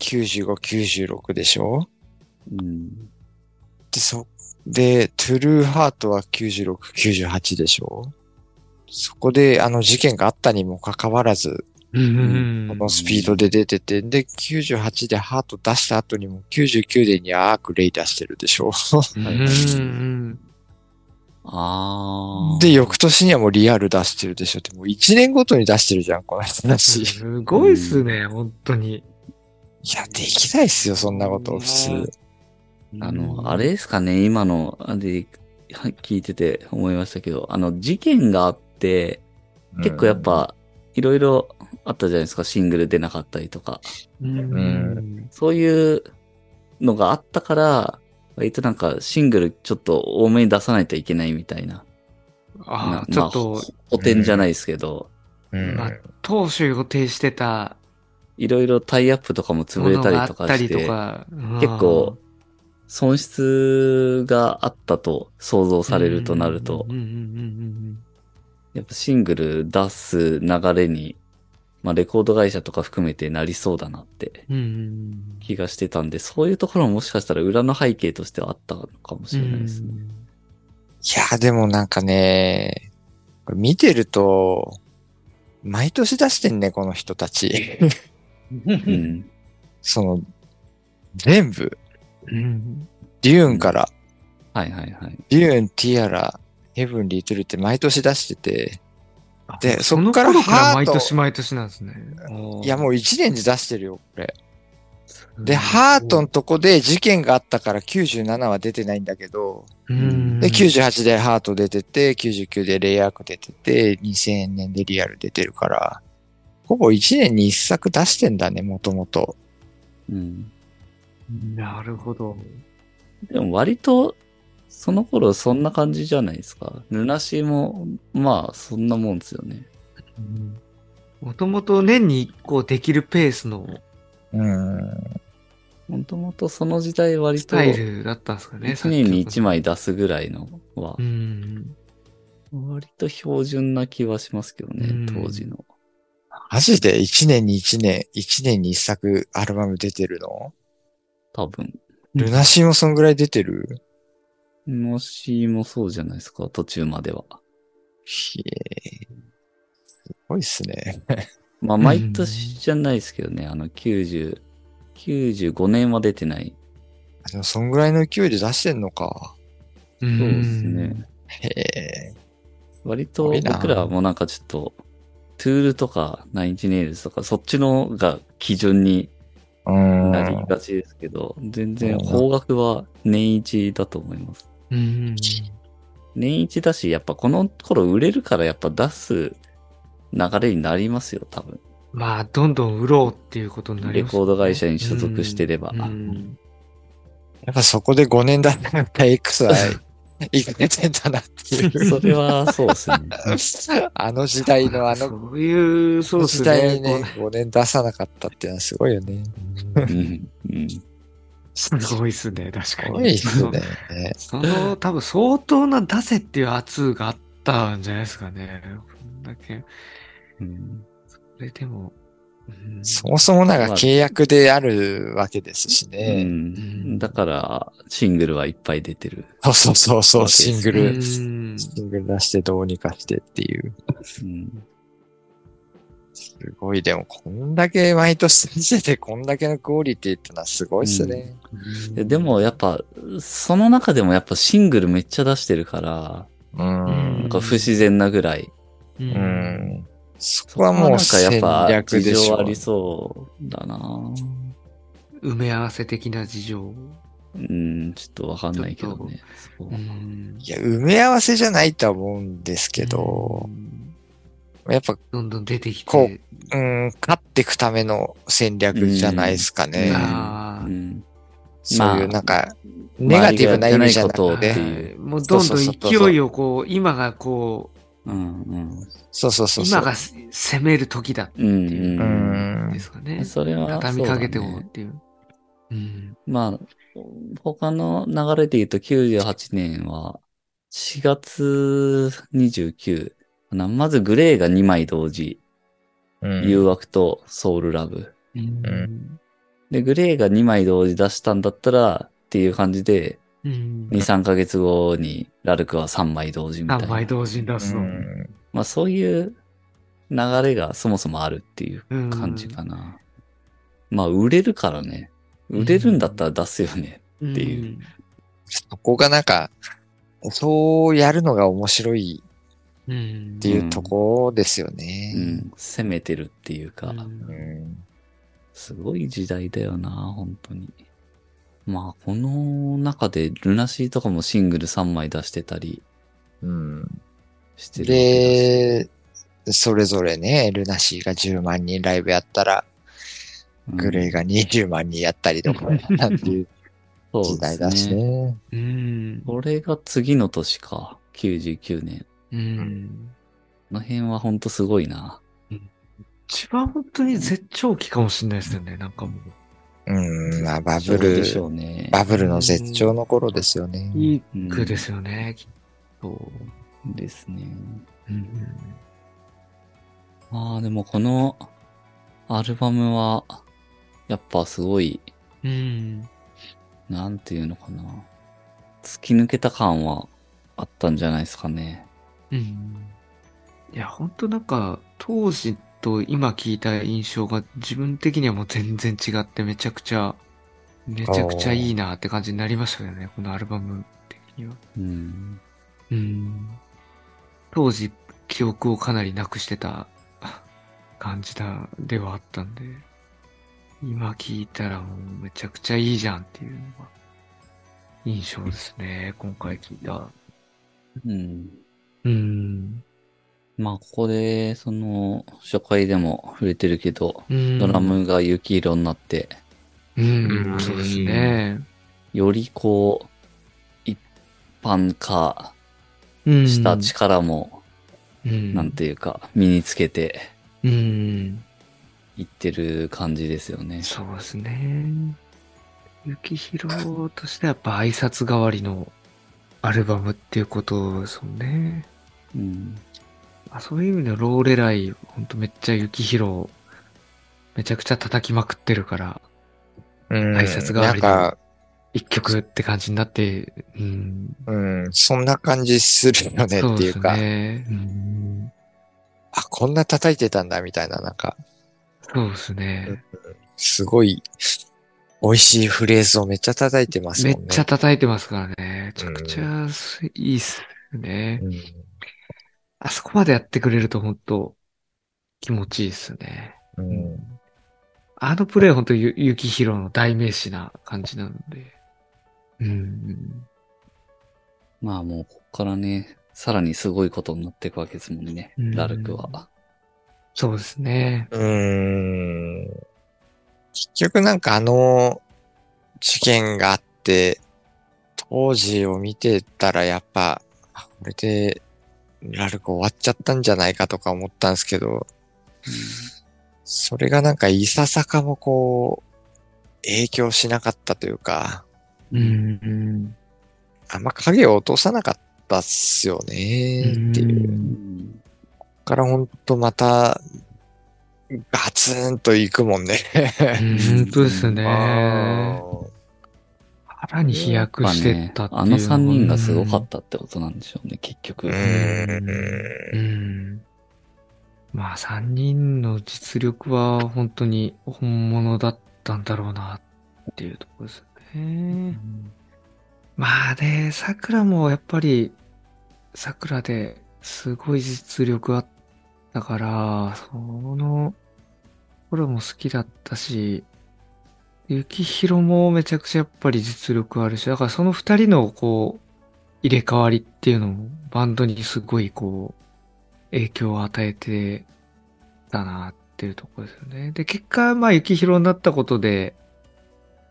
Speaker 2: 95、96でしょ
Speaker 1: うん。
Speaker 2: で、そ、で、トゥルー・ハートは96、98でしょそこであの事件があったにもかかわらず、
Speaker 3: うん
Speaker 2: このスピードで出てて、で、98でハート出した後にも99でにアーク・レイ出してるでしょ
Speaker 3: うん。
Speaker 1: あー。
Speaker 2: で、翌年にはもうリアル出してるでしょって、もう1年ごとに出してるじゃん、この人たち。
Speaker 3: すごいっすね、本当に。
Speaker 2: いや、できないっすよ、そんなこと、普
Speaker 3: いや
Speaker 2: 通。
Speaker 1: あ
Speaker 3: うん
Speaker 1: の、あれですかね、今の、あで、はい聞いてて思いましたけど、あの、事件があって、結構やっぱ、いろいろあったじゃないですか、シングル出なかったりとか。
Speaker 3: うん
Speaker 2: ん
Speaker 1: そういうのがあったから、割となんかシングルちょっと多めに出さないといけないみたいな。
Speaker 3: あ
Speaker 1: な
Speaker 3: あ、ちょっ
Speaker 1: まあ
Speaker 3: と、
Speaker 1: 補填じゃないですけど、
Speaker 2: うん
Speaker 3: まあ当初予定してた
Speaker 1: いろいろタイアップとかも潰
Speaker 3: も
Speaker 1: れ
Speaker 3: の
Speaker 1: た
Speaker 3: があ
Speaker 1: りと
Speaker 3: っ
Speaker 1: か
Speaker 3: た
Speaker 1: し
Speaker 3: りと
Speaker 1: て、
Speaker 3: か、うん
Speaker 1: 結構、損失があったと想像されるとなると
Speaker 3: うん、うんうん
Speaker 1: やっぱシングル出す流れに、まあレコード会社とか含めてなりそうだなって
Speaker 3: うんうんうんうん
Speaker 1: 気がしてたんで、そういうところももしかしたら裏の背景としてはあったのかもしれないですね。
Speaker 2: いや、でもなんかね、これ見てると、毎年出してんね、この人た ち。
Speaker 3: うん
Speaker 1: う
Speaker 3: うん
Speaker 1: ん。
Speaker 2: その、全部、
Speaker 3: うん
Speaker 2: デューンから、
Speaker 1: はいはいはい。
Speaker 2: デューン、ティアラ、ヘブン、リトルって毎年出してて、で、そ
Speaker 3: そ
Speaker 2: っ
Speaker 3: の
Speaker 2: から
Speaker 3: 頃から
Speaker 2: ハー
Speaker 3: 毎
Speaker 2: ト、
Speaker 3: 年毎年なんですね。
Speaker 2: いやもう1年で出してるよ、これ。で、
Speaker 3: うん
Speaker 2: ハートのとこで事件があったから97は出てないんだけど、
Speaker 3: うん
Speaker 2: で、98でハート出てて、99でレイアーク出てて、2000年でリアル出てるから、ほぼ1年に1作出してんだね、もともと。
Speaker 1: うん。
Speaker 3: なるほど。
Speaker 1: でも割と、その頃そんな感じじゃないですか。ぬなしも、まあそんなもんですよね。
Speaker 3: もともと年に1個できるペースの
Speaker 2: うん。
Speaker 1: もともとその時代割
Speaker 3: ス
Speaker 1: と、
Speaker 3: タイ
Speaker 1: 1
Speaker 3: ルだったんですかね。
Speaker 1: 年に1
Speaker 3: 枚。
Speaker 1: 枚出すぐらいのは
Speaker 3: う、ん。
Speaker 1: 割と標準な気はしますけど
Speaker 3: う
Speaker 1: ね
Speaker 3: ん、
Speaker 1: 当時の。
Speaker 2: マジで1年に1年、1年に1作アルバム出てるの
Speaker 1: 多分。
Speaker 3: うん
Speaker 2: ルナシーもそんぐらい出てる
Speaker 1: もしもそうじゃないですか、途中までは。
Speaker 2: ひえ。すごいっすね。
Speaker 1: まあ、
Speaker 3: うん
Speaker 1: 毎年じゃないですけどね、あの、90、95年は出てない。
Speaker 2: でもそんぐらいの勢いで出してんのか。
Speaker 1: そ
Speaker 3: そ
Speaker 1: うですね。
Speaker 2: へえ。
Speaker 1: 割
Speaker 2: す
Speaker 1: と
Speaker 2: ごいな
Speaker 1: 僕らもなんかちょっと、トゥールとか、ナインチネイルズとか、そっちのが基準に
Speaker 2: うん。
Speaker 1: なりがちですけど、全然方角は年一だと思います。
Speaker 3: うん。
Speaker 1: 年一だし、やっぱこの頃売れるからやっぱ出す流れになりますよ、多分。
Speaker 3: まあ、どんどん売ろうっていうことになり
Speaker 1: レ
Speaker 3: ます
Speaker 1: コード会社に所属してれば。
Speaker 3: うんうん
Speaker 2: やっぱそこで5年だったら X は生きてんだなっていう。
Speaker 1: それはそうですね。
Speaker 2: あの時代のあの
Speaker 3: そういう、そうです
Speaker 2: 時代に
Speaker 3: ね。
Speaker 2: ね、5年出さなかったっていうのはすごいよね。
Speaker 3: こう
Speaker 1: うんうん
Speaker 3: すごいっすね、確か
Speaker 2: す
Speaker 3: に。
Speaker 2: ごいっすね。
Speaker 3: その、多分相当な出せっていう圧があったんじゃないですかね。こんだけ。
Speaker 1: うん
Speaker 3: それでも、うん
Speaker 2: そもそもなんか契約であるわけですし
Speaker 1: う
Speaker 2: ね。
Speaker 1: んだから、シングルはいっぱい出てる。
Speaker 2: そうそうそうそう、シング
Speaker 3: う
Speaker 2: ル、シ
Speaker 3: ん
Speaker 2: ングル出してどうにかしてっていう。
Speaker 1: うん
Speaker 2: すごい、でもこんだけ毎年出してて、こんだけのクオリティってのはすごいっすね。
Speaker 1: でで、もやっぱ、その中でもやっぱシングルめっちゃ出してるから、
Speaker 2: うん。
Speaker 1: なん
Speaker 2: う。
Speaker 1: か不自然なぐらい。
Speaker 3: うんん。
Speaker 2: そ
Speaker 1: そ
Speaker 2: こはもう
Speaker 1: なんかや
Speaker 2: 戦
Speaker 1: っぱ
Speaker 2: 略
Speaker 1: 事
Speaker 2: でし
Speaker 1: 情あ
Speaker 2: ょ。
Speaker 1: りそうだな
Speaker 3: 埋め合わせ的な事情。
Speaker 1: うん、ちょっとわかんないけどね。そう
Speaker 3: うん
Speaker 2: いや、埋め合わせじゃないとは思うんですけど、
Speaker 3: うん
Speaker 2: やっぱ、
Speaker 3: どんどん出てき
Speaker 2: こ
Speaker 3: て、
Speaker 2: うん、勝っていくための戦略じゃないですかね。
Speaker 3: あー
Speaker 1: うん
Speaker 2: そうい
Speaker 1: ま
Speaker 2: う、な
Speaker 1: あ
Speaker 2: んか、ネガティブな意味じゃ
Speaker 1: 周りがやってないこ
Speaker 2: なく
Speaker 1: とをって
Speaker 2: て、
Speaker 1: いう
Speaker 3: はいもうどん
Speaker 2: そ
Speaker 3: ど
Speaker 2: うんそうそうそう
Speaker 3: 勢いをこう、今がこ
Speaker 1: うんうん
Speaker 2: そうそう
Speaker 3: う、
Speaker 2: そう。
Speaker 3: 今が攻める時だっ
Speaker 1: うん
Speaker 2: う
Speaker 1: うん
Speaker 3: で。すか
Speaker 1: うん
Speaker 3: ね。
Speaker 1: それは、
Speaker 3: 畳みかけて
Speaker 1: そうだ
Speaker 3: も
Speaker 1: ね
Speaker 3: っていう。うん。
Speaker 1: まあ、他の流れで言うと98年は4月29。なまずグレーが2枚同時。
Speaker 2: うん
Speaker 1: 誘惑とソウルラブ。
Speaker 3: うん
Speaker 1: で、グレーが2枚同時出したんだったらっていう感じで、
Speaker 3: うん。
Speaker 1: 2、3ヶ月後にラルクは3枚同時みたいな。
Speaker 3: 3枚同時に出すの。
Speaker 1: まあそういう流れがそもそもあるっていう感じかな。まあ売れるからね。売れるんだったら出すよね。
Speaker 3: って。
Speaker 1: いう
Speaker 2: そこがなんか、そうやるのが面白い
Speaker 3: うん。
Speaker 2: っていうとこですよね。
Speaker 1: うん。攻めてるっていうか。
Speaker 2: うん
Speaker 1: すごい時代だよな、本当に。まあ、この中で、ルナシーとかもシングル3枚出してたり
Speaker 2: うん
Speaker 1: してるわけ
Speaker 2: で、それぞれね、ルナシーが10万人ライブやったら、
Speaker 1: だし。
Speaker 2: グレー
Speaker 1: が。
Speaker 2: が20万人やったりとか、なんていう
Speaker 1: そう
Speaker 2: 時代だ
Speaker 1: です
Speaker 2: し
Speaker 1: ね。
Speaker 2: ね。
Speaker 3: うん。
Speaker 1: これが次の年か。99年。
Speaker 3: うん。
Speaker 1: この辺はほんとすごいな。
Speaker 3: 一番本当に絶頂期かもしれないですよね、なんかも
Speaker 2: うん、まあバ
Speaker 1: そう
Speaker 2: ブル
Speaker 1: で、しょうね。
Speaker 2: バブルの絶頂の頃ですよね
Speaker 3: う。。いい句ですよね、きっと。
Speaker 1: ですね。
Speaker 3: うん。
Speaker 1: ああ、でもこのアルバムは、やっぱすごい、
Speaker 3: うん。
Speaker 1: なんていうのかな。突き抜けた感はあったんじゃないですかね。
Speaker 3: うん。いや、本当なんか、当時と今聞いた印象が自分的にはもう全然違って、めちゃくちゃ、めちゃくちゃいいなって感じになりましたよね、このアルバム的には。
Speaker 1: うん。
Speaker 3: うん。当時、記憶をかなりなくしてた あ感じだ、ではあったんで、今聞いたらもうめちゃくちゃいいじゃんっていうのが、印象ですね、今回聞いた。
Speaker 1: うん。
Speaker 3: うん。
Speaker 1: まあ、ここで、その、初回でも触れてるけど、
Speaker 3: うん
Speaker 1: ドラムが雪色になって、
Speaker 3: うん、
Speaker 2: うん
Speaker 3: そうですね。
Speaker 1: よりこう、一般化
Speaker 3: うん
Speaker 1: した力も、
Speaker 3: うん。
Speaker 1: なんていうか、身につけて
Speaker 3: うん。
Speaker 1: いってる感じですよね。
Speaker 3: そうですね。雪広としてはやっぱ挨拶代わりのアルバムっていうことですもんね。
Speaker 1: うん。
Speaker 3: あそういう意味ではローレライ、ほんとめっちゃ雪広、めちゃくちゃ叩きまくってるから、
Speaker 2: うん
Speaker 3: 挨拶代わ
Speaker 2: な
Speaker 3: り
Speaker 2: ん
Speaker 3: に
Speaker 2: か、
Speaker 3: 一曲って感じになって、うん。
Speaker 2: うん、そんな感じするよね
Speaker 3: そ
Speaker 2: っていうか、
Speaker 3: ですね。うん。
Speaker 2: あ、こんな叩いてたんだみたいな、なんか、
Speaker 3: そうですね。
Speaker 2: すごい、美味しいフレーズをめっちゃ叩いてます
Speaker 3: め
Speaker 2: もんね。
Speaker 3: っちゃ叩いてますからね。めちゃくちゃすいいっすね。
Speaker 2: うん、
Speaker 3: あそこまでやってくれると本当気持ちいいっすね。
Speaker 2: うん。
Speaker 3: あのプレイ本当ゆ、ゆきひろの代名詞な感じなので。うん。
Speaker 1: まあもう、ここからね、さらにすごいことになっていくわけですもんね、
Speaker 3: うん
Speaker 1: ラルクは。
Speaker 3: そうですね。
Speaker 2: うーん。結局なんかあの事件があって、当時を見てたらやっぱ、あこれでラルク終わっちゃったんじゃないかとか思ったんですけど、それがなんかいささかもこう、影響しなかったというか、
Speaker 3: うん。うん
Speaker 2: あんま影を落とさなかったっすよねっていう。
Speaker 1: う
Speaker 3: うん
Speaker 1: ん。
Speaker 2: こっからほんとまた、ガツンと行くもんね。
Speaker 3: 本当ですね。
Speaker 2: あー
Speaker 3: 腹に飛躍
Speaker 1: まあ
Speaker 3: して
Speaker 1: ね
Speaker 3: った、っていう
Speaker 1: あの3人がすごかったってことなんでしょうね、結局。
Speaker 2: う
Speaker 3: う
Speaker 2: ーん。
Speaker 3: ん。まあ3人の実力は本当に本物だったんだろうなっていうところですね。まあね、桜もやっぱり、桜ですごい実力あったから、その頃も好きだったし、雪広もめちゃくちゃやっぱり実力あるし、だからその二人のこう、入れ替わりっていうのもバンドにすごいこう、影響を与えてたなっていうところですよね。で、結果、まあ雪広になったことで、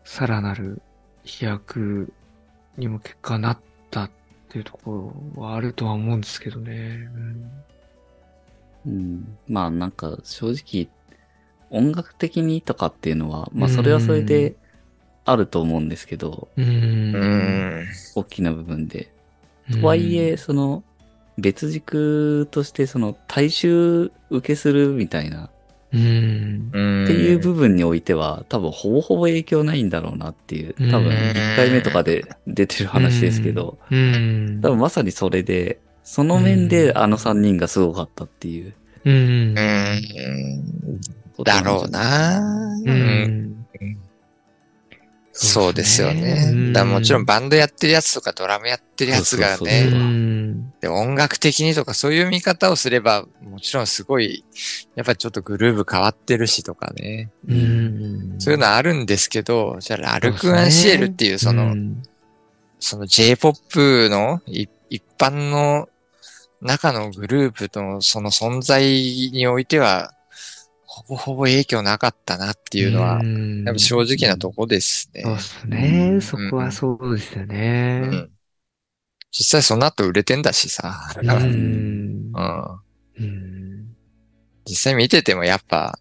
Speaker 3: さらなる飛躍にも結果なったっていうところはあるとは思うんですけどね。
Speaker 1: うんまあなんか正直音楽的にとかっていうのは、まあそれはそれであると思うんですけど、
Speaker 3: うん。
Speaker 2: う
Speaker 3: うん
Speaker 2: ん。
Speaker 1: 大きな部分で。とはいえ、、その別軸としてその大衆受けするみたいな
Speaker 3: うん。
Speaker 2: うん
Speaker 1: っていう部分においては、多分ほぼほぼ影響ないんだろうなっていう、多分
Speaker 3: うん
Speaker 1: 1回目とかで出てる話ですけど、
Speaker 3: うん。
Speaker 1: 多分まさにそれで、その面で
Speaker 3: うん
Speaker 1: あの3人がすごかったっていう
Speaker 3: うん
Speaker 2: う。ん。
Speaker 1: こと
Speaker 2: だ
Speaker 1: んじゃい
Speaker 2: ろうな
Speaker 3: う
Speaker 2: うん。
Speaker 3: ん。
Speaker 2: そうですよ
Speaker 3: う
Speaker 2: ね
Speaker 3: ん。
Speaker 2: だからもちろんバンドやってるやつとかドラムやってるやつが
Speaker 1: そうそう
Speaker 2: ね
Speaker 1: そ、
Speaker 2: で音楽的にとかそういう見方をすれば、もちろんすごい、やっぱちょっとグルーヴ変わってるしとかね、
Speaker 3: うん。
Speaker 2: そういうのあるんですけど、じゃあラルク・アンシエルっていうその、
Speaker 3: うん
Speaker 2: その J-POP のい一般の中のグループのその存在においては、ほぼほぼ影響なかったなっていうのは、
Speaker 3: ん
Speaker 2: やっぱ正直なとこですね。
Speaker 3: そうですね。
Speaker 1: うん
Speaker 3: そこはそうですよ
Speaker 2: う
Speaker 3: ね。
Speaker 2: ん実際その後売れてんだしさ。だから、
Speaker 1: う
Speaker 2: うんん。
Speaker 3: うん
Speaker 2: 実際見ててもやっぱ、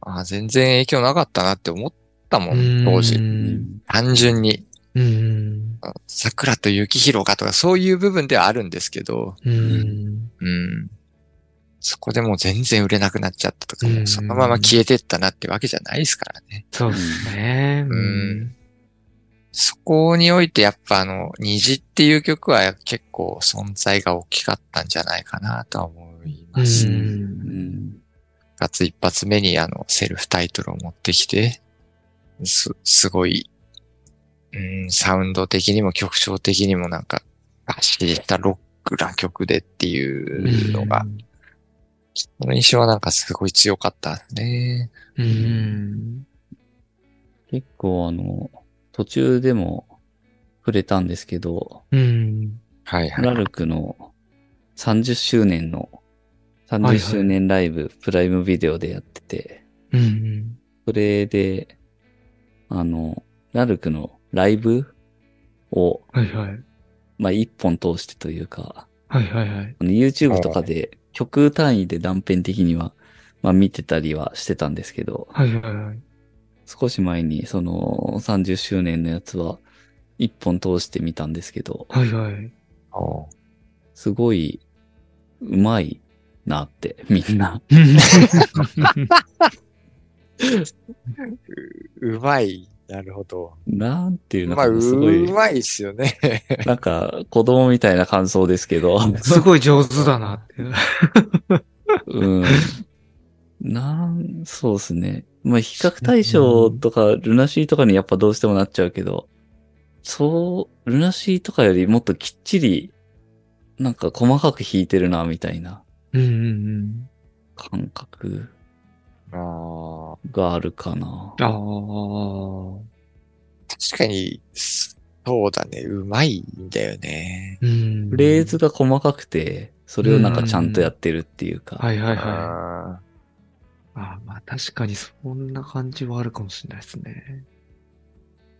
Speaker 2: あ全然影響なかったなって思ったも
Speaker 3: うん
Speaker 2: ん、当時。
Speaker 3: うん
Speaker 2: 単純に。
Speaker 3: うん
Speaker 2: あ桜と雪広かとかそういう部分ではあるんですけど、
Speaker 3: うん
Speaker 2: うん。そこでもう全然売れなくなっちゃったとか、
Speaker 3: うん
Speaker 2: もうそのまま消えてったなってわけじゃないですからね。
Speaker 3: そうですね。
Speaker 2: うんそこにおいてやっぱあの、虹っていう曲は結構存在が大きかったんじゃないかなとは思います。
Speaker 3: う
Speaker 2: 9
Speaker 1: うんん
Speaker 2: 月一発目にあの、セルフタイトルを持ってきて、す、すごい、うん、サウンド的にも曲調的にもなんか、がっしりしたロックな曲でっていうのが、この印象はなんかすごい強かったですね。
Speaker 3: うん。
Speaker 1: 結構あの、途中でも触れたんですけど、
Speaker 3: うん。
Speaker 2: はいはい。
Speaker 1: ラルクの30周年の、30周年ライブ、プライムビデオでやってて、
Speaker 3: うん。
Speaker 1: それで、あの、ラルクのライブを、
Speaker 3: はいはい。
Speaker 1: まあ、一本通してというか、
Speaker 3: はいはいはい。
Speaker 1: あの YouTube とかで曲単位で断片的には、まあ、見てたりはしてたんですけど、
Speaker 3: はいはいはい。
Speaker 1: 少し前にその30周年のやつは一本通してみたんですけど、
Speaker 3: はいはい。
Speaker 2: おう
Speaker 1: すごい、うまいなって、みんな。
Speaker 2: ううまい。なるほど。
Speaker 1: なんていうの
Speaker 2: まあ、
Speaker 1: か
Speaker 2: う
Speaker 1: な、すごい、
Speaker 2: まいですよね。
Speaker 1: なんか、子供みたいな感想ですけ ど、
Speaker 3: すごい上手だなっていう。
Speaker 1: うん。なん、そうですね。まあ、比較対象とか、ルナシーとかにやっぱどうしてもなっちゃうけど、そう、ルナシーとかよりもっときっちり、なんか細かく弾いてるな、みたいな
Speaker 3: うんうん
Speaker 1: 感覚
Speaker 2: ああ、
Speaker 1: があるかな。
Speaker 3: うん。ああ。
Speaker 2: 確かに、そうだね。うまいんだよね。
Speaker 3: うん
Speaker 1: フレーズが細かくて、それをなんかちゃんとやってるっていうか。
Speaker 3: はいはいはい。
Speaker 2: あ
Speaker 3: あまあ確かにそんな感じはあるかもしれないですね。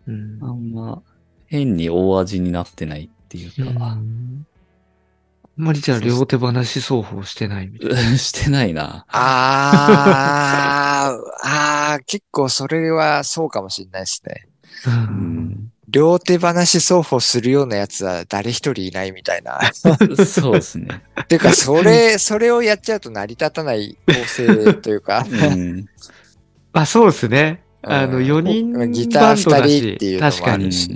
Speaker 3: うん。
Speaker 1: あんま、変に大味になってないっていう
Speaker 3: うんあ
Speaker 1: か、
Speaker 3: んまりじゃあ両手放し奏法してないみたい
Speaker 1: してないな。
Speaker 2: あー、あー結構それはそうかもしれないですね。
Speaker 3: な。う。
Speaker 1: うんん、
Speaker 2: 両手話奏法するようなやつは誰一人いないみたいな。
Speaker 1: そうですね。
Speaker 2: ていうか、それ、それをやっちゃうと成り立たない構成というか。
Speaker 1: うん、
Speaker 3: あ、そうですね。あ
Speaker 2: う
Speaker 3: の、
Speaker 2: ん
Speaker 3: 4人バンドだし。
Speaker 2: ギター2人っていうのもある
Speaker 3: 確かに。
Speaker 1: し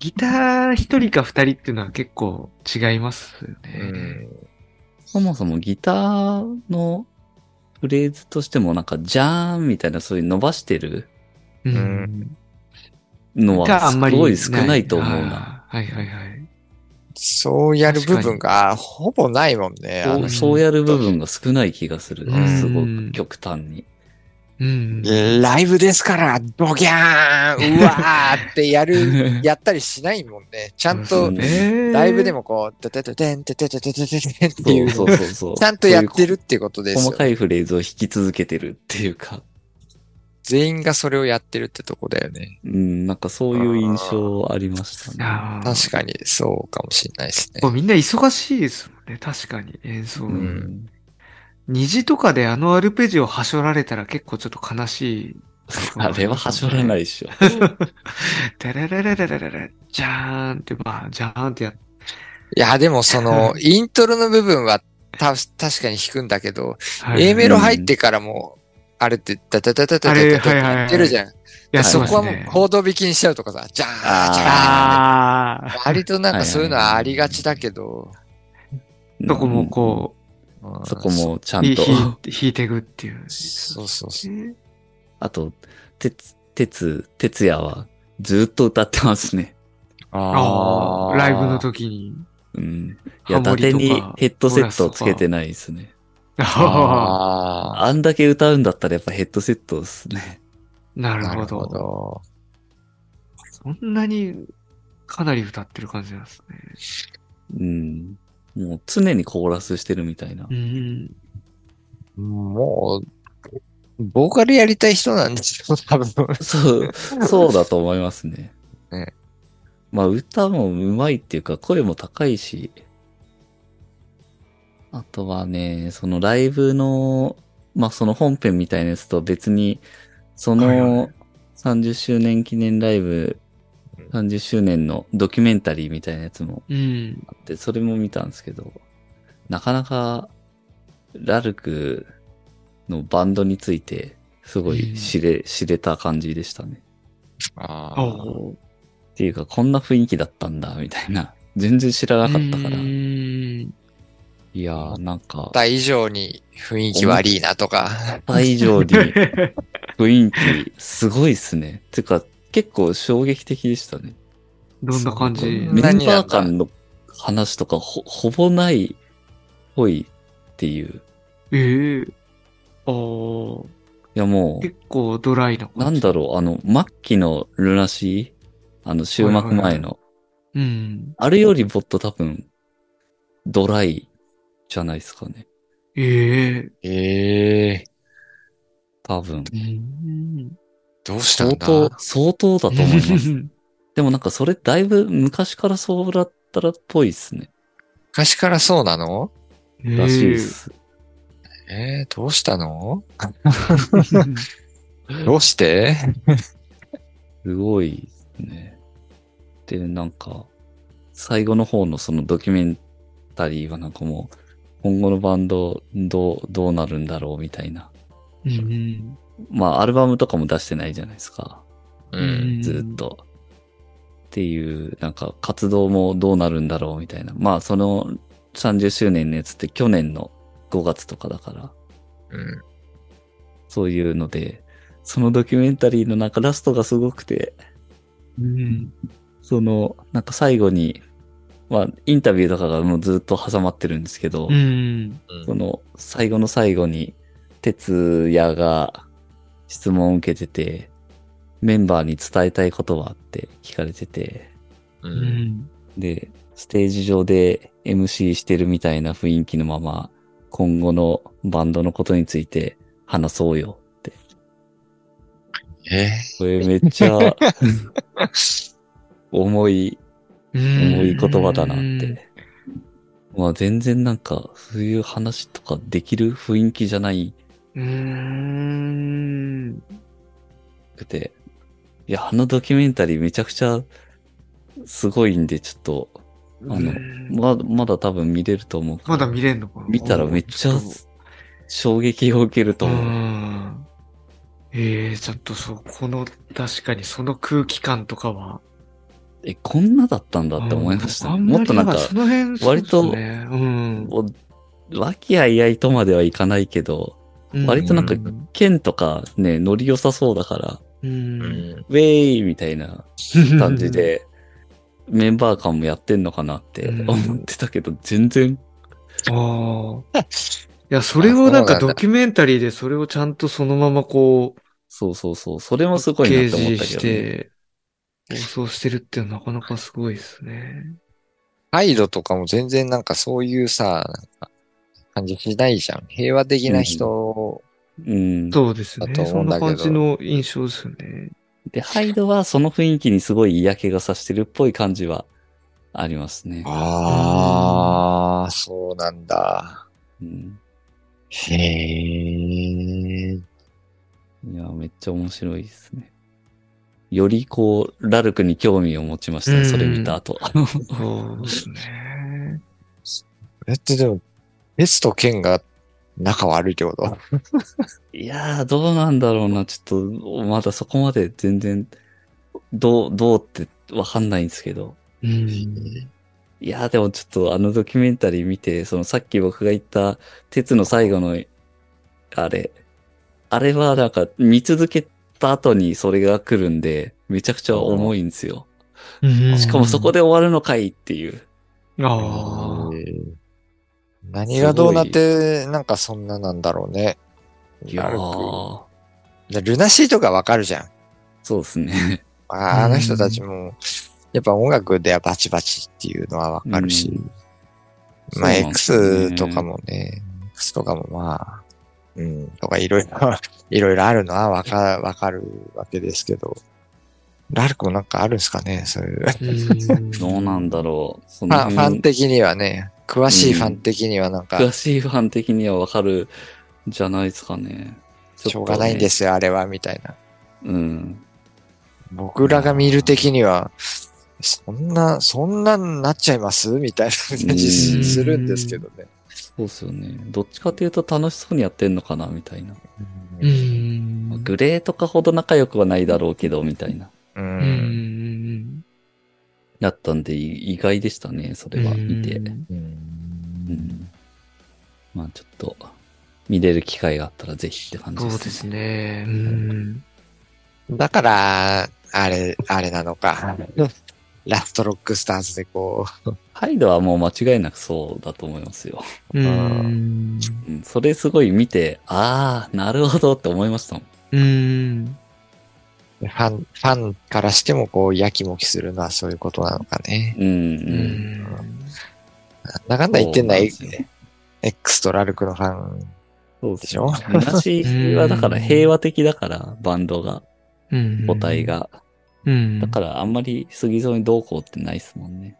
Speaker 3: ギター1人か2人っていうのは結構違いますよ
Speaker 2: う
Speaker 3: ね。
Speaker 2: ん
Speaker 1: そもそもギターのフレーズとしてもなんか、じゃーんみたいなそういう伸ばしてる
Speaker 3: うんん。
Speaker 1: の
Speaker 3: が
Speaker 1: は
Speaker 3: あ
Speaker 1: す
Speaker 3: んまり
Speaker 1: ごい少ないと思うな。
Speaker 3: あーはいはいはい。
Speaker 2: そうやる部分がほぼないもんね。あ
Speaker 1: そ
Speaker 2: の
Speaker 1: うそうやる部分が少ない気がする。
Speaker 2: うん
Speaker 1: すごく極端に。
Speaker 3: うん。
Speaker 2: ライブですから、ドギャーンうわーってやる、やったりしないもんね。ちゃん
Speaker 1: そう
Speaker 2: と、
Speaker 1: ね
Speaker 2: ライブで
Speaker 3: も。
Speaker 2: もこう、ドテドテン、テテテテテテテンって
Speaker 1: そ
Speaker 2: いうう、
Speaker 1: そうそうそう。
Speaker 2: ちゃんとやってるっ
Speaker 1: そう
Speaker 2: ていうことで
Speaker 1: いう
Speaker 2: す
Speaker 1: 細
Speaker 2: よ
Speaker 1: か。いフレーズを弾き続けてるっていうか、
Speaker 2: 全員がそれをやってるってとこだよね。
Speaker 1: うん、なんかそういう印象ありましたね。
Speaker 3: あー
Speaker 2: 確かに、そうかもしれないですね
Speaker 3: こ。うみんな忙しいですもんね。確かに演奏。
Speaker 1: う
Speaker 2: うん
Speaker 1: ん、
Speaker 3: 虹とかであのアルペジオはしょられたら結構ちょっと悲しい。
Speaker 1: あれは端折らないでしょ。
Speaker 3: ダラララララララ、じゃーんって、まあ、じゃーんってやっ
Speaker 2: いや、でもその、イントロの部分は、た、確かに弾くんだけど、
Speaker 3: はい
Speaker 2: A メロ入ってからも、あれって、ダダダダダダダダやってるじゃん。
Speaker 3: や
Speaker 2: そ
Speaker 3: そうで
Speaker 2: こは
Speaker 3: す
Speaker 2: もう、
Speaker 3: ね。
Speaker 2: 報道引きにしちゃうとかさ、じゃーん、じゃ
Speaker 3: ああ、
Speaker 2: ーん。割となんかそういうのはありがちだけど、
Speaker 3: そこもこ
Speaker 2: うん
Speaker 1: そこ。もちゃ
Speaker 3: う、ひ
Speaker 1: んと。
Speaker 3: 弾い弾いていくっ ていう。
Speaker 2: そうそうそう。
Speaker 3: ね
Speaker 1: あと、てつ、てつ、てつやはずっと歌ってますね。
Speaker 3: ああ、ライブの時に。
Speaker 1: うん。い
Speaker 3: ハ
Speaker 1: や、伊
Speaker 3: モリ
Speaker 1: 達
Speaker 3: とか
Speaker 1: にヘッドセットをつけてないですね。
Speaker 3: あ
Speaker 2: ああ、
Speaker 1: あんだけ歌うんだったらやっぱヘッドセットですね。
Speaker 3: ーなる
Speaker 2: な
Speaker 3: ほ
Speaker 2: るほ
Speaker 3: ど。
Speaker 2: ど。
Speaker 3: そんなに、かなり歌ってる感じなんですね。
Speaker 1: うん。もう常にコーラスしてるみたいな
Speaker 3: う。ん。
Speaker 2: もう、ボーカルやりたい人なんですよ、多分。
Speaker 1: そう、そうだと思います ね。
Speaker 2: ね
Speaker 1: まあ、歌も上手いっていうか、声も高いし、あとはね、そのライブの、まあ、その本編みたいなやつと別に、そ
Speaker 2: はいは
Speaker 1: の30周年記念ライブ、30周年のドキュメンタリーみたいなやつも
Speaker 3: うん。
Speaker 1: あって、それも見たんですけど、なかなか、ラルクのバンドについて、すごい知れ、知れた感じでしたね。
Speaker 2: あ
Speaker 3: あ
Speaker 2: あ。
Speaker 1: っていうか、こんな雰囲気だったんだ、みたいな。 全然知らなかったから。
Speaker 3: う
Speaker 1: い
Speaker 3: ーん。
Speaker 1: やー、なんか、
Speaker 2: た以上に雰囲気悪いなとか。
Speaker 1: 思以 上に雰囲気、すごいっすね。 てか、結構衝撃的でしたね。
Speaker 3: どんな感
Speaker 1: メ
Speaker 3: じ
Speaker 1: ンバー間の話とか、ほ、ほぼない、っぽいっていう。
Speaker 3: ええあ
Speaker 1: い
Speaker 3: ー
Speaker 1: や、もう、
Speaker 3: 結構ドライな
Speaker 1: な
Speaker 3: 感
Speaker 1: ん
Speaker 3: じ。
Speaker 1: だろう、あの、末期のルナシーあの、終幕前の。
Speaker 3: うん。
Speaker 1: あれよりもっと多分、ドライじゃないですかね。
Speaker 3: ええ
Speaker 2: ええ
Speaker 1: 多分。
Speaker 3: うん。
Speaker 2: どうした
Speaker 1: 相
Speaker 2: んだ
Speaker 1: 当、相当だと思い ます。
Speaker 3: す。
Speaker 1: でもなんかそれだいぶ昔からそうだったらっぽいっすね。
Speaker 2: 昔からそうなの
Speaker 1: らしい っす。
Speaker 2: ええどうしたのどうして
Speaker 1: すごいっすね。で、なんか、最後の方のそのドキュメンタリーはなんかもう、今後のバンドどう、どうなるんだろうみたいな。
Speaker 3: うん。
Speaker 1: まあ、アルバムとかも出してないじゃないですか。
Speaker 2: う。
Speaker 3: うんん
Speaker 1: ずっ。と。っていう、なんか活動もどうなるんだろうみたいな。まあ、その30周年のやつって去年の5月とかだから、
Speaker 2: うん。
Speaker 1: そういうので、そのドキュメンタリーのなんかラストがすごくて、
Speaker 3: うん。
Speaker 1: その、なんか最後に、まあ、インタビューとかがもうずっと挟まってるんですけど、
Speaker 3: うん。
Speaker 1: その最後の最後に、哲也が質問を受けてて、メンバーに伝えたいことはって聞かれてて、
Speaker 2: う。
Speaker 3: うんん。
Speaker 1: で、ステージ上で MC してるみたいな雰囲気のまま、今後のバンドのことについて話そうよって。
Speaker 2: え
Speaker 1: これめっち ゃ重い、重い言葉だなって。まあ全然なんか、そういう話とかできる雰囲気じゃない
Speaker 3: うん。
Speaker 1: くて。いや、あのドキュメンタリーめちゃくちゃすごいんで、ちょっと、
Speaker 3: うん
Speaker 1: あのま、まだ多分見れると思うから
Speaker 3: まだ見れんのかな
Speaker 1: 見たらめっちゃ
Speaker 3: うん
Speaker 1: 衝撃を受けると思う。
Speaker 3: うんええちょっとそこの、確かにその空気感とかは。
Speaker 1: え、こんなだったんだって思いましたね。
Speaker 3: うん
Speaker 1: もっとなんか
Speaker 3: あ、まりその辺
Speaker 1: 割と
Speaker 3: そうですねうん
Speaker 1: もう和気あいあいとまではいかないけど、
Speaker 3: うん。
Speaker 1: 割となんか
Speaker 3: うん
Speaker 1: 剣とかね、乗り良さそうだから、
Speaker 2: う。ん。
Speaker 1: ウェイみたいな感じ。で、メンバー感もやってんのかなって
Speaker 3: うん
Speaker 1: 思ってたけど、全然、
Speaker 3: ああ。いや、それをなんかドキュメンタリーでそれをちゃんとそのままこう、
Speaker 1: そうそうそう、それもすごいな
Speaker 3: 掲
Speaker 1: って思ったけ
Speaker 3: 示し
Speaker 1: どね、
Speaker 3: て、放送してるってなかなかすごいですね。
Speaker 2: 態度とかも全然なんかそういうさ、なんか感じしないじゃん。平和的な人、
Speaker 1: うん。
Speaker 3: そうですね。
Speaker 2: だと思
Speaker 3: そ
Speaker 2: うんんだけ
Speaker 3: な
Speaker 2: ど
Speaker 3: 感じの印象ですよね。
Speaker 1: で、ハイドはその雰囲気にすごい嫌気がさしてるっぽい感じはありますね。
Speaker 2: ああ、そうなんだ。
Speaker 1: うん、
Speaker 2: へえ。
Speaker 1: いや、めっちゃ面白いですね。よりこう、ラルクに興味を持ちましたね、
Speaker 3: うん
Speaker 1: それ見た後。
Speaker 3: そうですね。
Speaker 2: だってでも、ベスと剣が仲悪いってこと
Speaker 1: いやー、どうなんだろうな。ちょっと、まだそこまで全然、どう、どうってわかんないんですけど。
Speaker 3: うん。
Speaker 1: いやー、でもちょっとあのドキュメンタリー見て、そのさっき僕が言った、鉄の最後の、あれ、あれはなんか見続けた後にそれが来るんで、めちゃくちゃ重いんですよ。しかもそこ
Speaker 3: で。
Speaker 1: で終わるのかいっていう。
Speaker 3: ああ。
Speaker 2: へー何がどうなって、なんかそんななんだろうね。
Speaker 1: いや
Speaker 2: ラルク
Speaker 1: ー、
Speaker 2: でルナシーとかわかるじゃん。
Speaker 1: そうですね。
Speaker 2: あーあ
Speaker 3: うん
Speaker 2: の人たちも、やっぱ音楽ではバチバチっていうのはわかるし。
Speaker 1: うん
Speaker 2: まあ、
Speaker 1: そうなんですよね
Speaker 2: X とかもね、X とかもまあ、うん、とかいろいろ いろいろあるのはわか、わかるわけですけど、ラルクもなんかあるんですかねそういう。
Speaker 1: どうなんだろう。そ
Speaker 2: フ
Speaker 1: の
Speaker 2: ァン、
Speaker 1: 辺
Speaker 2: ファン的にはね、詳しいファン的にはなんか、
Speaker 1: 詳しいファン的にはわかるんじゃないですかね。。
Speaker 2: しょうがないんですすよ、あれは、みたいな。
Speaker 1: うん。
Speaker 2: 僕らが見る的には、そんな、そんなんなっちゃいますみたいな感じ
Speaker 1: うん
Speaker 2: するんですけどね。
Speaker 1: そうっすよね。どっちかというと楽しそうにやってんのかな、みたいな。
Speaker 3: うーん。
Speaker 1: グレーとかほど仲良くはないだろうけど、みたいな。
Speaker 2: う。
Speaker 3: うんん。
Speaker 1: やったんで、い意外でしたね、それは、見て。
Speaker 3: うん
Speaker 1: うん。まあ、ちょっと、見れる機会があったらぜひって感じ
Speaker 3: そう
Speaker 1: です、
Speaker 3: ですね。うん。
Speaker 2: だから、あれ、あれなのか。ラストロックスターズでこ
Speaker 1: ハイドはもう間違いなくそうだと思いますよ。
Speaker 3: うん。
Speaker 1: うん、それすごい見て、ああ、なるほどって思いましたもん。
Speaker 3: うん。
Speaker 2: う、ファン、ファンからしてもこう、やきもきするのはそういうことなのかね。
Speaker 1: うん、う。
Speaker 3: うんん。
Speaker 2: なんだかんだ言ってんだ、
Speaker 1: そうなん
Speaker 2: エ
Speaker 1: ですよ
Speaker 2: X とラルクのファン
Speaker 1: そうで
Speaker 2: で しょ
Speaker 1: 昔はだから
Speaker 3: うん
Speaker 1: 平和的だから、バンドが、
Speaker 3: うん。
Speaker 1: 母体。が。
Speaker 3: うん。
Speaker 1: だからあんまり杉蔵にどうこうってないですもんね。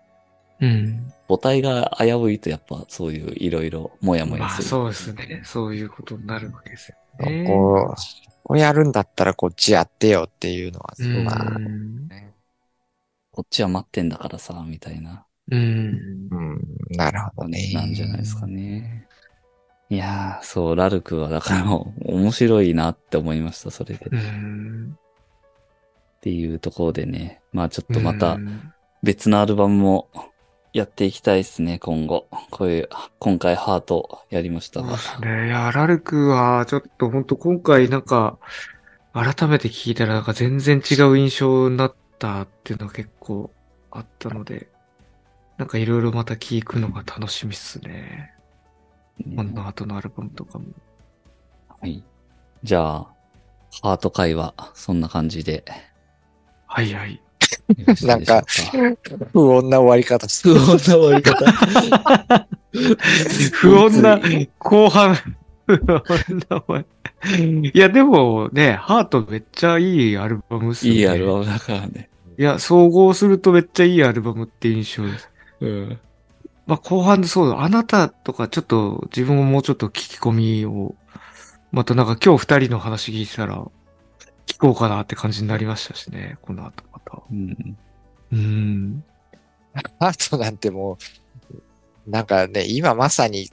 Speaker 3: ら。うん。
Speaker 1: 母体が危ういとやっぱそういういろいろもやも
Speaker 3: ま
Speaker 1: や
Speaker 3: あ
Speaker 1: する。
Speaker 3: そうですね。そういうことになるわけですよね。
Speaker 2: こう、こうやるんだったらこっちやってよっていうのは、
Speaker 3: うん。
Speaker 2: まあ、
Speaker 1: こっちは待ってんだからさ、みたいな
Speaker 3: うん。
Speaker 2: うん、なるほど
Speaker 1: 感
Speaker 2: ね
Speaker 1: じ。なんじゃないですかね。いやー、そう、ラルクはだから面白いなって思いました、それで。
Speaker 3: う
Speaker 1: っ
Speaker 3: ん。
Speaker 1: ていうところでね。まあちょっとまた
Speaker 3: うん
Speaker 1: 別のアルバムも やっていきたいですね、今後。こういう、今回ハートやりました
Speaker 3: そう
Speaker 1: が
Speaker 3: で。すね。いや、ラルクは、ちょっと本当今回なんか、改めて聞いたらなんか全然違う印象になったっていうのは結構あったので、なんかいろいろまた聞くのが楽しみっすね。この後のアルバムとかも。
Speaker 1: はい。じゃあ、ハート会はそんな感じ で。
Speaker 3: はいはい。
Speaker 1: よろしいでしょう
Speaker 2: なんか不穏な終わり方す
Speaker 1: 不
Speaker 2: る。
Speaker 1: 穏な終わり方。
Speaker 3: 不穏な後半。不穏な終わりいや、でもね、ハートめっちゃいいアルバムっすね。
Speaker 1: いいアル
Speaker 3: ム。
Speaker 1: バムだからね。
Speaker 3: いや、総合するとめっちゃいいアルバムって印象です。
Speaker 1: うん。
Speaker 3: まあ、後半でそうだ。あなたとかちょっと自分ももうちょっと聞き込みを、またなんか今日二人の話聞いてたら、聞こうかなって感じになりましたしね。この後また。
Speaker 1: うん。
Speaker 3: うん。
Speaker 2: ハートなんてもう、なんかね、今まさに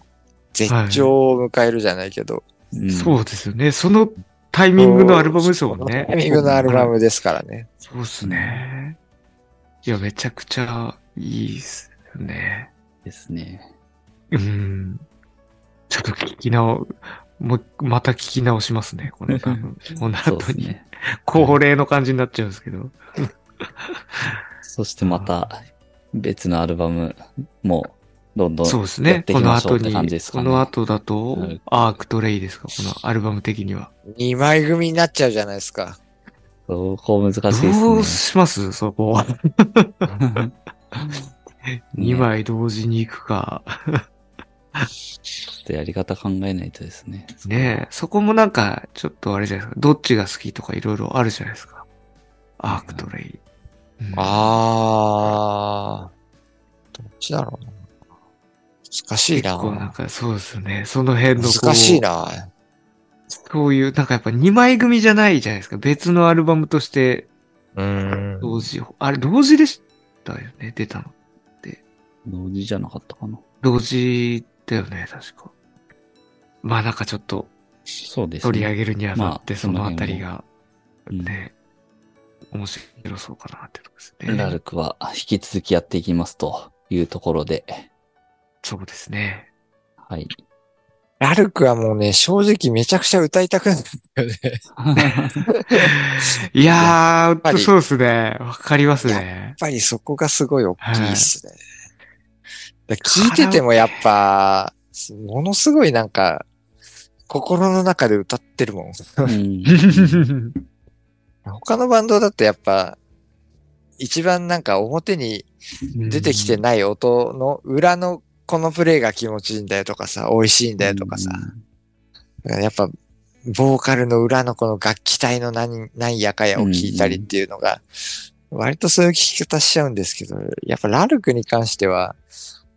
Speaker 2: 絶頂を迎えるじゃないけど、
Speaker 1: うん
Speaker 3: そうですよね。そのタイミングのアルバムですもんね。
Speaker 2: タイミングのアルバムですからね。
Speaker 3: そうっすね。いや、めちゃくちゃいいっすね。
Speaker 1: ですね。
Speaker 3: うん。ちょっと聞き直、もう、また聞き直しますね。この多分この
Speaker 1: そうで
Speaker 3: 後
Speaker 1: す
Speaker 3: に。
Speaker 1: ね。
Speaker 3: 恒例の感じになっちゃうんですけど。
Speaker 1: そしてまた別のアルバムもどんどん。
Speaker 3: そうです
Speaker 1: やっ
Speaker 3: ね。
Speaker 1: てい
Speaker 3: こ
Speaker 1: き
Speaker 3: の
Speaker 1: ましょ
Speaker 3: 後
Speaker 1: うって
Speaker 3: に、
Speaker 1: 感じですか
Speaker 3: こ
Speaker 1: ね
Speaker 3: の後だと
Speaker 1: はい、
Speaker 3: アークトレイですか、このアルバム的には。
Speaker 2: 2枚組になっちゃうじゃないですか。
Speaker 1: そうこう難しいで
Speaker 3: どう
Speaker 1: す
Speaker 3: しますそこ は。
Speaker 1: ね。
Speaker 3: 2
Speaker 1: ね。
Speaker 3: 枚同時に行くか。
Speaker 1: ちょっとやり方考えないとですね。
Speaker 3: ねえ、そこもなんか、ちょっとあれじゃないですか。どっちが好きとかいろいろあるじゃないですか。アークトレイ。うん
Speaker 2: あー、どっちだろうな。難しい
Speaker 3: 結構なん
Speaker 2: な。
Speaker 3: か、そうですね。その辺のこう
Speaker 2: 難しい。な。
Speaker 3: そういう、なんかやっぱ2枚組じゃないじゃないですか。別のアルバムとして、
Speaker 2: うーん。
Speaker 3: 同時、あれ、同時でしたよね、出たの。
Speaker 1: 同時じゃなかったかな。
Speaker 3: 同時だよね、確か。まあなんかちょっと
Speaker 1: そうですね。
Speaker 3: 取り上げるにあたって、
Speaker 1: まあ
Speaker 3: そのあたりが
Speaker 1: うん
Speaker 3: ね、面白そうかなってとこですね。
Speaker 1: ラルクは引き続きやっていきますというところで、
Speaker 3: そうですね。
Speaker 1: はい。
Speaker 2: ラルクはもうね、正直めちゃくちゃ歌いたくなるんだよね。
Speaker 3: いやー、
Speaker 2: ぱり
Speaker 3: そうですね。わかりますね
Speaker 2: やっ。ぱりそこがすごい大きいっすね。だから聞いててもやっぱ、ものすごいなんか、心の中で歌ってるもん。
Speaker 1: うん
Speaker 2: 他のバンドだとやっぱ、一番なんか表に出てきてない音の裏のこのプレイが気持ちいいんだよとかさ、美味しいんだよとかさ、やっぱボーカルの裏のこの楽器体の何、何やかやを聞いたりっていうのが、割とそういう聞き方しちゃうんですけど、やっぱラルクに関しては、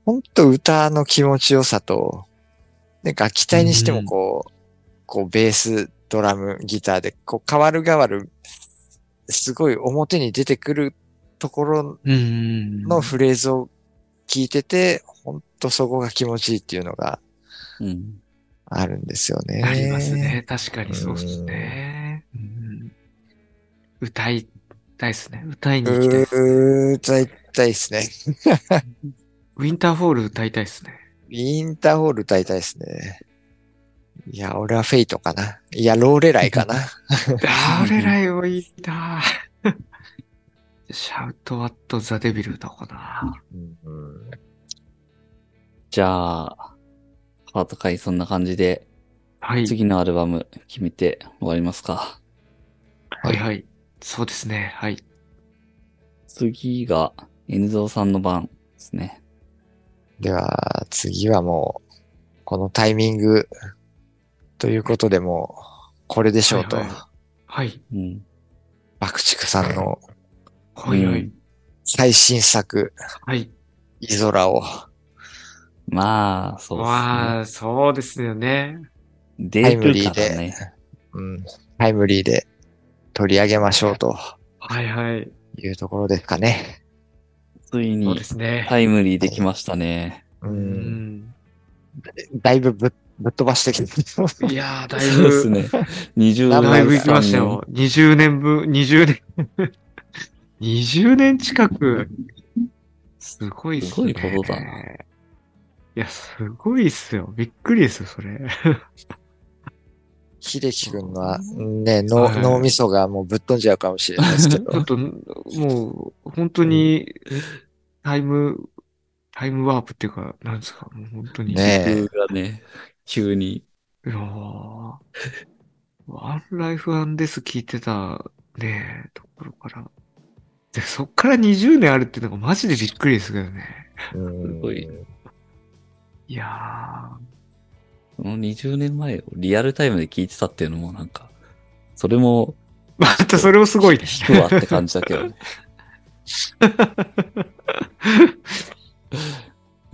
Speaker 2: ほんと歌の気持ちよさと、で楽器体にしてもこう、こうベース、ドラム、ギターで、こう変わる変わる、すごい表に出てくるところ
Speaker 3: うん。
Speaker 2: のフレーズを聞いてて、ほんとそこが気持ちいいっていうのが
Speaker 1: うん。
Speaker 2: あるんですよね。
Speaker 3: ありますね。確かにそうですね。うん歌いたいですね。歌いに行きたいっすね。
Speaker 2: うー、歌いたいですね。
Speaker 3: ウィンターフォール歌いたいですね。
Speaker 2: インターホール歌いたいですね。いや、俺はフェイトかな。いや、ローレライかな。
Speaker 3: あれらよ、いいな。シャウト・ワット・ザ・デビル歌おうかな。
Speaker 1: じゃあ、ハート会そんな感じで、
Speaker 3: はい。
Speaker 1: 次のアルバム決めて終わりますか。
Speaker 3: はいはい。そうですね。はい。
Speaker 1: 次が、N ゾウさんの番ですね。
Speaker 2: では、次はもう、このタイミングということでもう、これでしょうと、
Speaker 3: はいははい。
Speaker 1: うん。
Speaker 2: 爆竹さんの
Speaker 3: はいは
Speaker 1: う
Speaker 3: い
Speaker 1: ん。
Speaker 2: 最新作、
Speaker 3: はい。
Speaker 2: イゾラを
Speaker 1: まあ、そう
Speaker 3: まあ、そうですよね。
Speaker 1: です
Speaker 2: タ
Speaker 1: ね。
Speaker 2: イム
Speaker 1: 出
Speaker 2: リ
Speaker 1: る
Speaker 2: ー
Speaker 1: か
Speaker 2: で
Speaker 1: らね。
Speaker 2: うん、タイムリーで取り上げましょうと
Speaker 3: はいはい。
Speaker 2: いうところですかね。
Speaker 1: つい
Speaker 3: そう
Speaker 1: に
Speaker 3: で、すね。
Speaker 1: タイムリーできましたね。
Speaker 2: う、
Speaker 3: うんん。
Speaker 2: だいぶぶっぶっ飛ばしてきて、
Speaker 3: いやー、だい
Speaker 1: そうです
Speaker 3: ぶ、
Speaker 1: ね。20
Speaker 2: だ
Speaker 3: だいぶ行
Speaker 2: 行
Speaker 3: きましたよ。20年分、20年、20年近く。すごいっすね。
Speaker 1: すごいことだない
Speaker 3: や、すごいっすよ。びっくりですよ、それ。
Speaker 2: 秀樹くんは、ね、
Speaker 3: は
Speaker 2: 脳
Speaker 3: い
Speaker 2: 脳みそがもうぶっ飛んじゃうかもしれないですけ
Speaker 3: ちょ
Speaker 2: ど
Speaker 3: っ。と、もう、本当に、タイム、タイムワープっていうか、なんですか、もう本当に。
Speaker 2: ねえ
Speaker 1: 僕がね、急に。
Speaker 3: いやーワンライフアンデス聞いてた、ねえ、ところから。で、そっから20年あるっていうのがマジでびっくりですけどね。
Speaker 2: うん
Speaker 1: ごい
Speaker 3: いや
Speaker 1: その20年前をリアルタイムで聞いてたっていうのもなんか、それも、
Speaker 3: ー、またそれもすごいね。
Speaker 1: 引くわ って感じだけどね。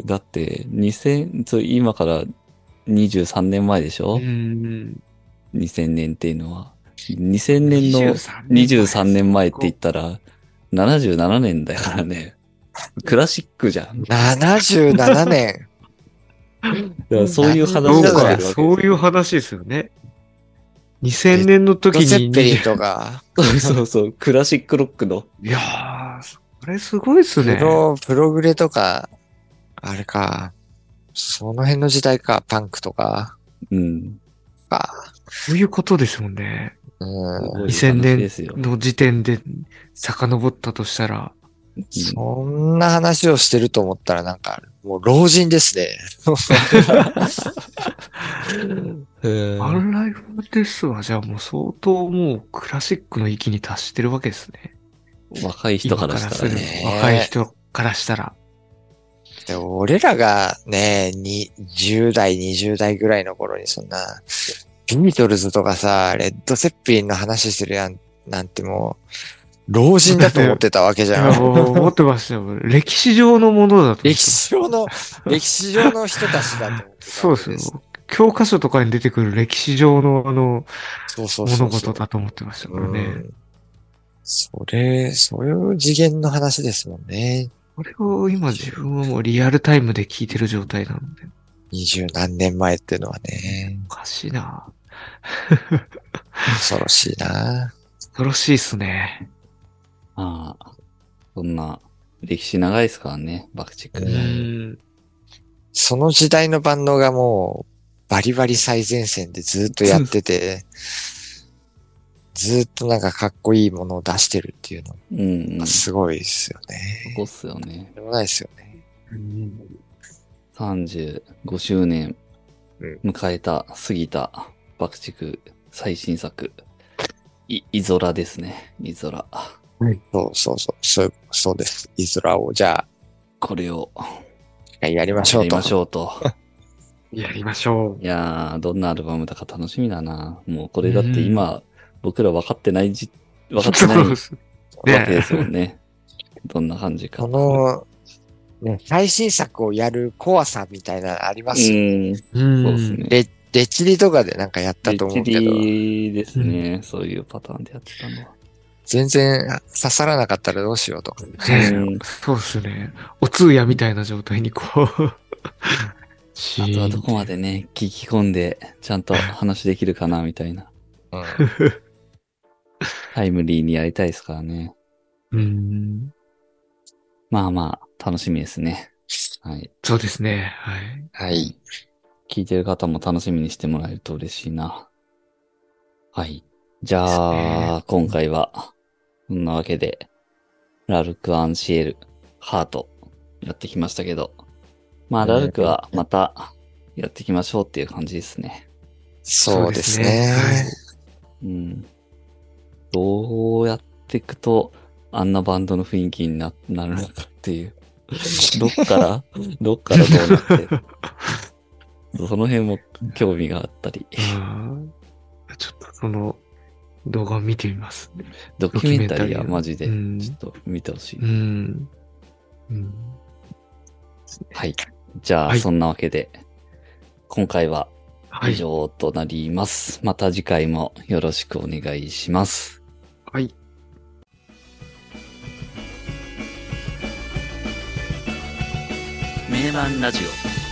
Speaker 1: だって、2000、そう今から23年前でし
Speaker 3: う
Speaker 1: ょ、
Speaker 3: ん。
Speaker 1: ?2000 年っていうのは。2000年の
Speaker 3: 23
Speaker 1: 23年前って言ったら、77年だから ね。クラシックじゃん。だ
Speaker 2: 77年。
Speaker 1: からそういう話
Speaker 3: そう
Speaker 1: になってるわ
Speaker 3: か、
Speaker 1: けです
Speaker 3: そ
Speaker 1: よ
Speaker 3: ういう話ですよね。2000年の 時
Speaker 2: ドセ
Speaker 3: に
Speaker 2: ッペリンとか、
Speaker 1: そうそうそう。クラシックロックの。
Speaker 3: いやー、それすごいっす
Speaker 2: プ
Speaker 3: ね。
Speaker 2: ロ、プログレとか、あれか、その辺の時代か、パンクとか、
Speaker 1: うん。
Speaker 2: か、
Speaker 3: そういうことですもんね。
Speaker 2: うん。
Speaker 1: すごい話
Speaker 3: 2000年
Speaker 1: ですよ。
Speaker 3: の時点で遡ったとしたら。
Speaker 1: うん
Speaker 2: そんな話をしてると思ったらなんか、もう老人ですね。
Speaker 3: ワンライフですは、じゃあもう相当もうクラシックの域に達してるわけですね。
Speaker 1: 若い人からしたらね。
Speaker 3: 今する若い人からしたら。
Speaker 2: で俺らがね、に10代、20代ぐらいの頃にそんな、ビートルズとかさ、レッドセッピンの話してるやん、なんてもう、老人だと思ってたわけじ
Speaker 3: い
Speaker 2: ゃ
Speaker 3: や、
Speaker 2: ん。
Speaker 3: もう思ってましたよ。歴史上のものだと思ってま
Speaker 2: 歴
Speaker 3: した。
Speaker 2: 史上の、歴史上の人たちだと思ってた
Speaker 3: そ
Speaker 2: わ
Speaker 3: う
Speaker 2: け
Speaker 3: ですよ。教科書とかに出てくる歴史上のあの、
Speaker 2: そうそうそうそう。
Speaker 3: 物事だと思ってましたから
Speaker 2: う
Speaker 3: ね。
Speaker 2: ん。それ、そういう次元の話ですもんね。
Speaker 3: これを今自分はもうリアルタイムで聞いてる状態なんで、
Speaker 2: 二十何年前っていうのはね、
Speaker 3: おかしいな
Speaker 2: 恐ろしいな。
Speaker 3: 恐ろしいっすね。
Speaker 1: ああ、そんな、歴史長いですからね、爆竹。
Speaker 2: う
Speaker 3: うんん。
Speaker 2: その時代の万能がもう、バリバリ最前線でずっとやってて、 ずっとなんかかっこいいものを出してるっていうの
Speaker 1: うん、うん。
Speaker 2: が
Speaker 1: そ
Speaker 2: すごいですよね。
Speaker 1: こっすよね。
Speaker 2: でもないですよね。
Speaker 1: 35周年
Speaker 2: うん、
Speaker 1: 迎えた、過ぎた、爆竹最新作。い、イゾラですね。イゾラ。
Speaker 2: そうそうそう、そう、そうです。イズラをじゃ
Speaker 1: これを、
Speaker 2: あ、やりまし
Speaker 1: や
Speaker 2: ょう
Speaker 1: り
Speaker 2: と。
Speaker 1: ましょうと。
Speaker 3: やりましょ
Speaker 1: いやー、どんなアルバムだか楽しみだな。もうこれだって今、僕ら分かってないじ、
Speaker 3: う。
Speaker 1: 分かってない
Speaker 3: そ
Speaker 1: わ
Speaker 3: うです
Speaker 1: けですもんね。どんな感じか。
Speaker 2: この、ね、最新作をやる怖さみたいなのありますよ、
Speaker 1: うん、
Speaker 3: う
Speaker 1: そうんですね。
Speaker 2: レレチリとかでなんかやったと思うけ
Speaker 1: レッ
Speaker 2: ど、
Speaker 1: チリですね、そういうパターンでやってたのは。
Speaker 2: 全然刺さらなかったらどうしよう とか。
Speaker 3: ねそうですね。お通夜みたいな状態にこう。シ
Speaker 1: あ
Speaker 3: ーン
Speaker 1: とはどこまでね、聞き込んで、ちゃんと話できるかな、みたいな。
Speaker 2: うん、
Speaker 1: タイムリーにやりたいですからね。
Speaker 3: うん。
Speaker 1: まあまあ、楽しみですね。はい。
Speaker 3: そうですね。はい。
Speaker 2: はい。
Speaker 1: 聞いてる方も楽しみにしてもらえると嬉しいな。はい。じゃあ、今回は、こんなわけで、ラルク・アンシエル、ハート、やってきましたけど、まあ、ラルクはまた、やっていきましょうっていう感じですね。
Speaker 2: そうですね。
Speaker 1: うん。どうやっていくと、あんなバンドの雰囲気にななるのかって いう。どっから、どっからどうなって。その辺も興味があったり。
Speaker 3: はいうんちょっとその動画を見てみます。
Speaker 1: ドキュメンタリーは
Speaker 3: ドキュメンタリー
Speaker 1: マジで
Speaker 3: うん
Speaker 1: ちょっと見てほしい。
Speaker 3: うん。うん。
Speaker 1: はい。じゃあ、
Speaker 3: はい
Speaker 1: そんなわけで、今回は
Speaker 3: は
Speaker 1: 以
Speaker 3: い。
Speaker 1: 上となります。また次回もよろしくお願いします。
Speaker 3: はい。
Speaker 1: 名盤ラジオ。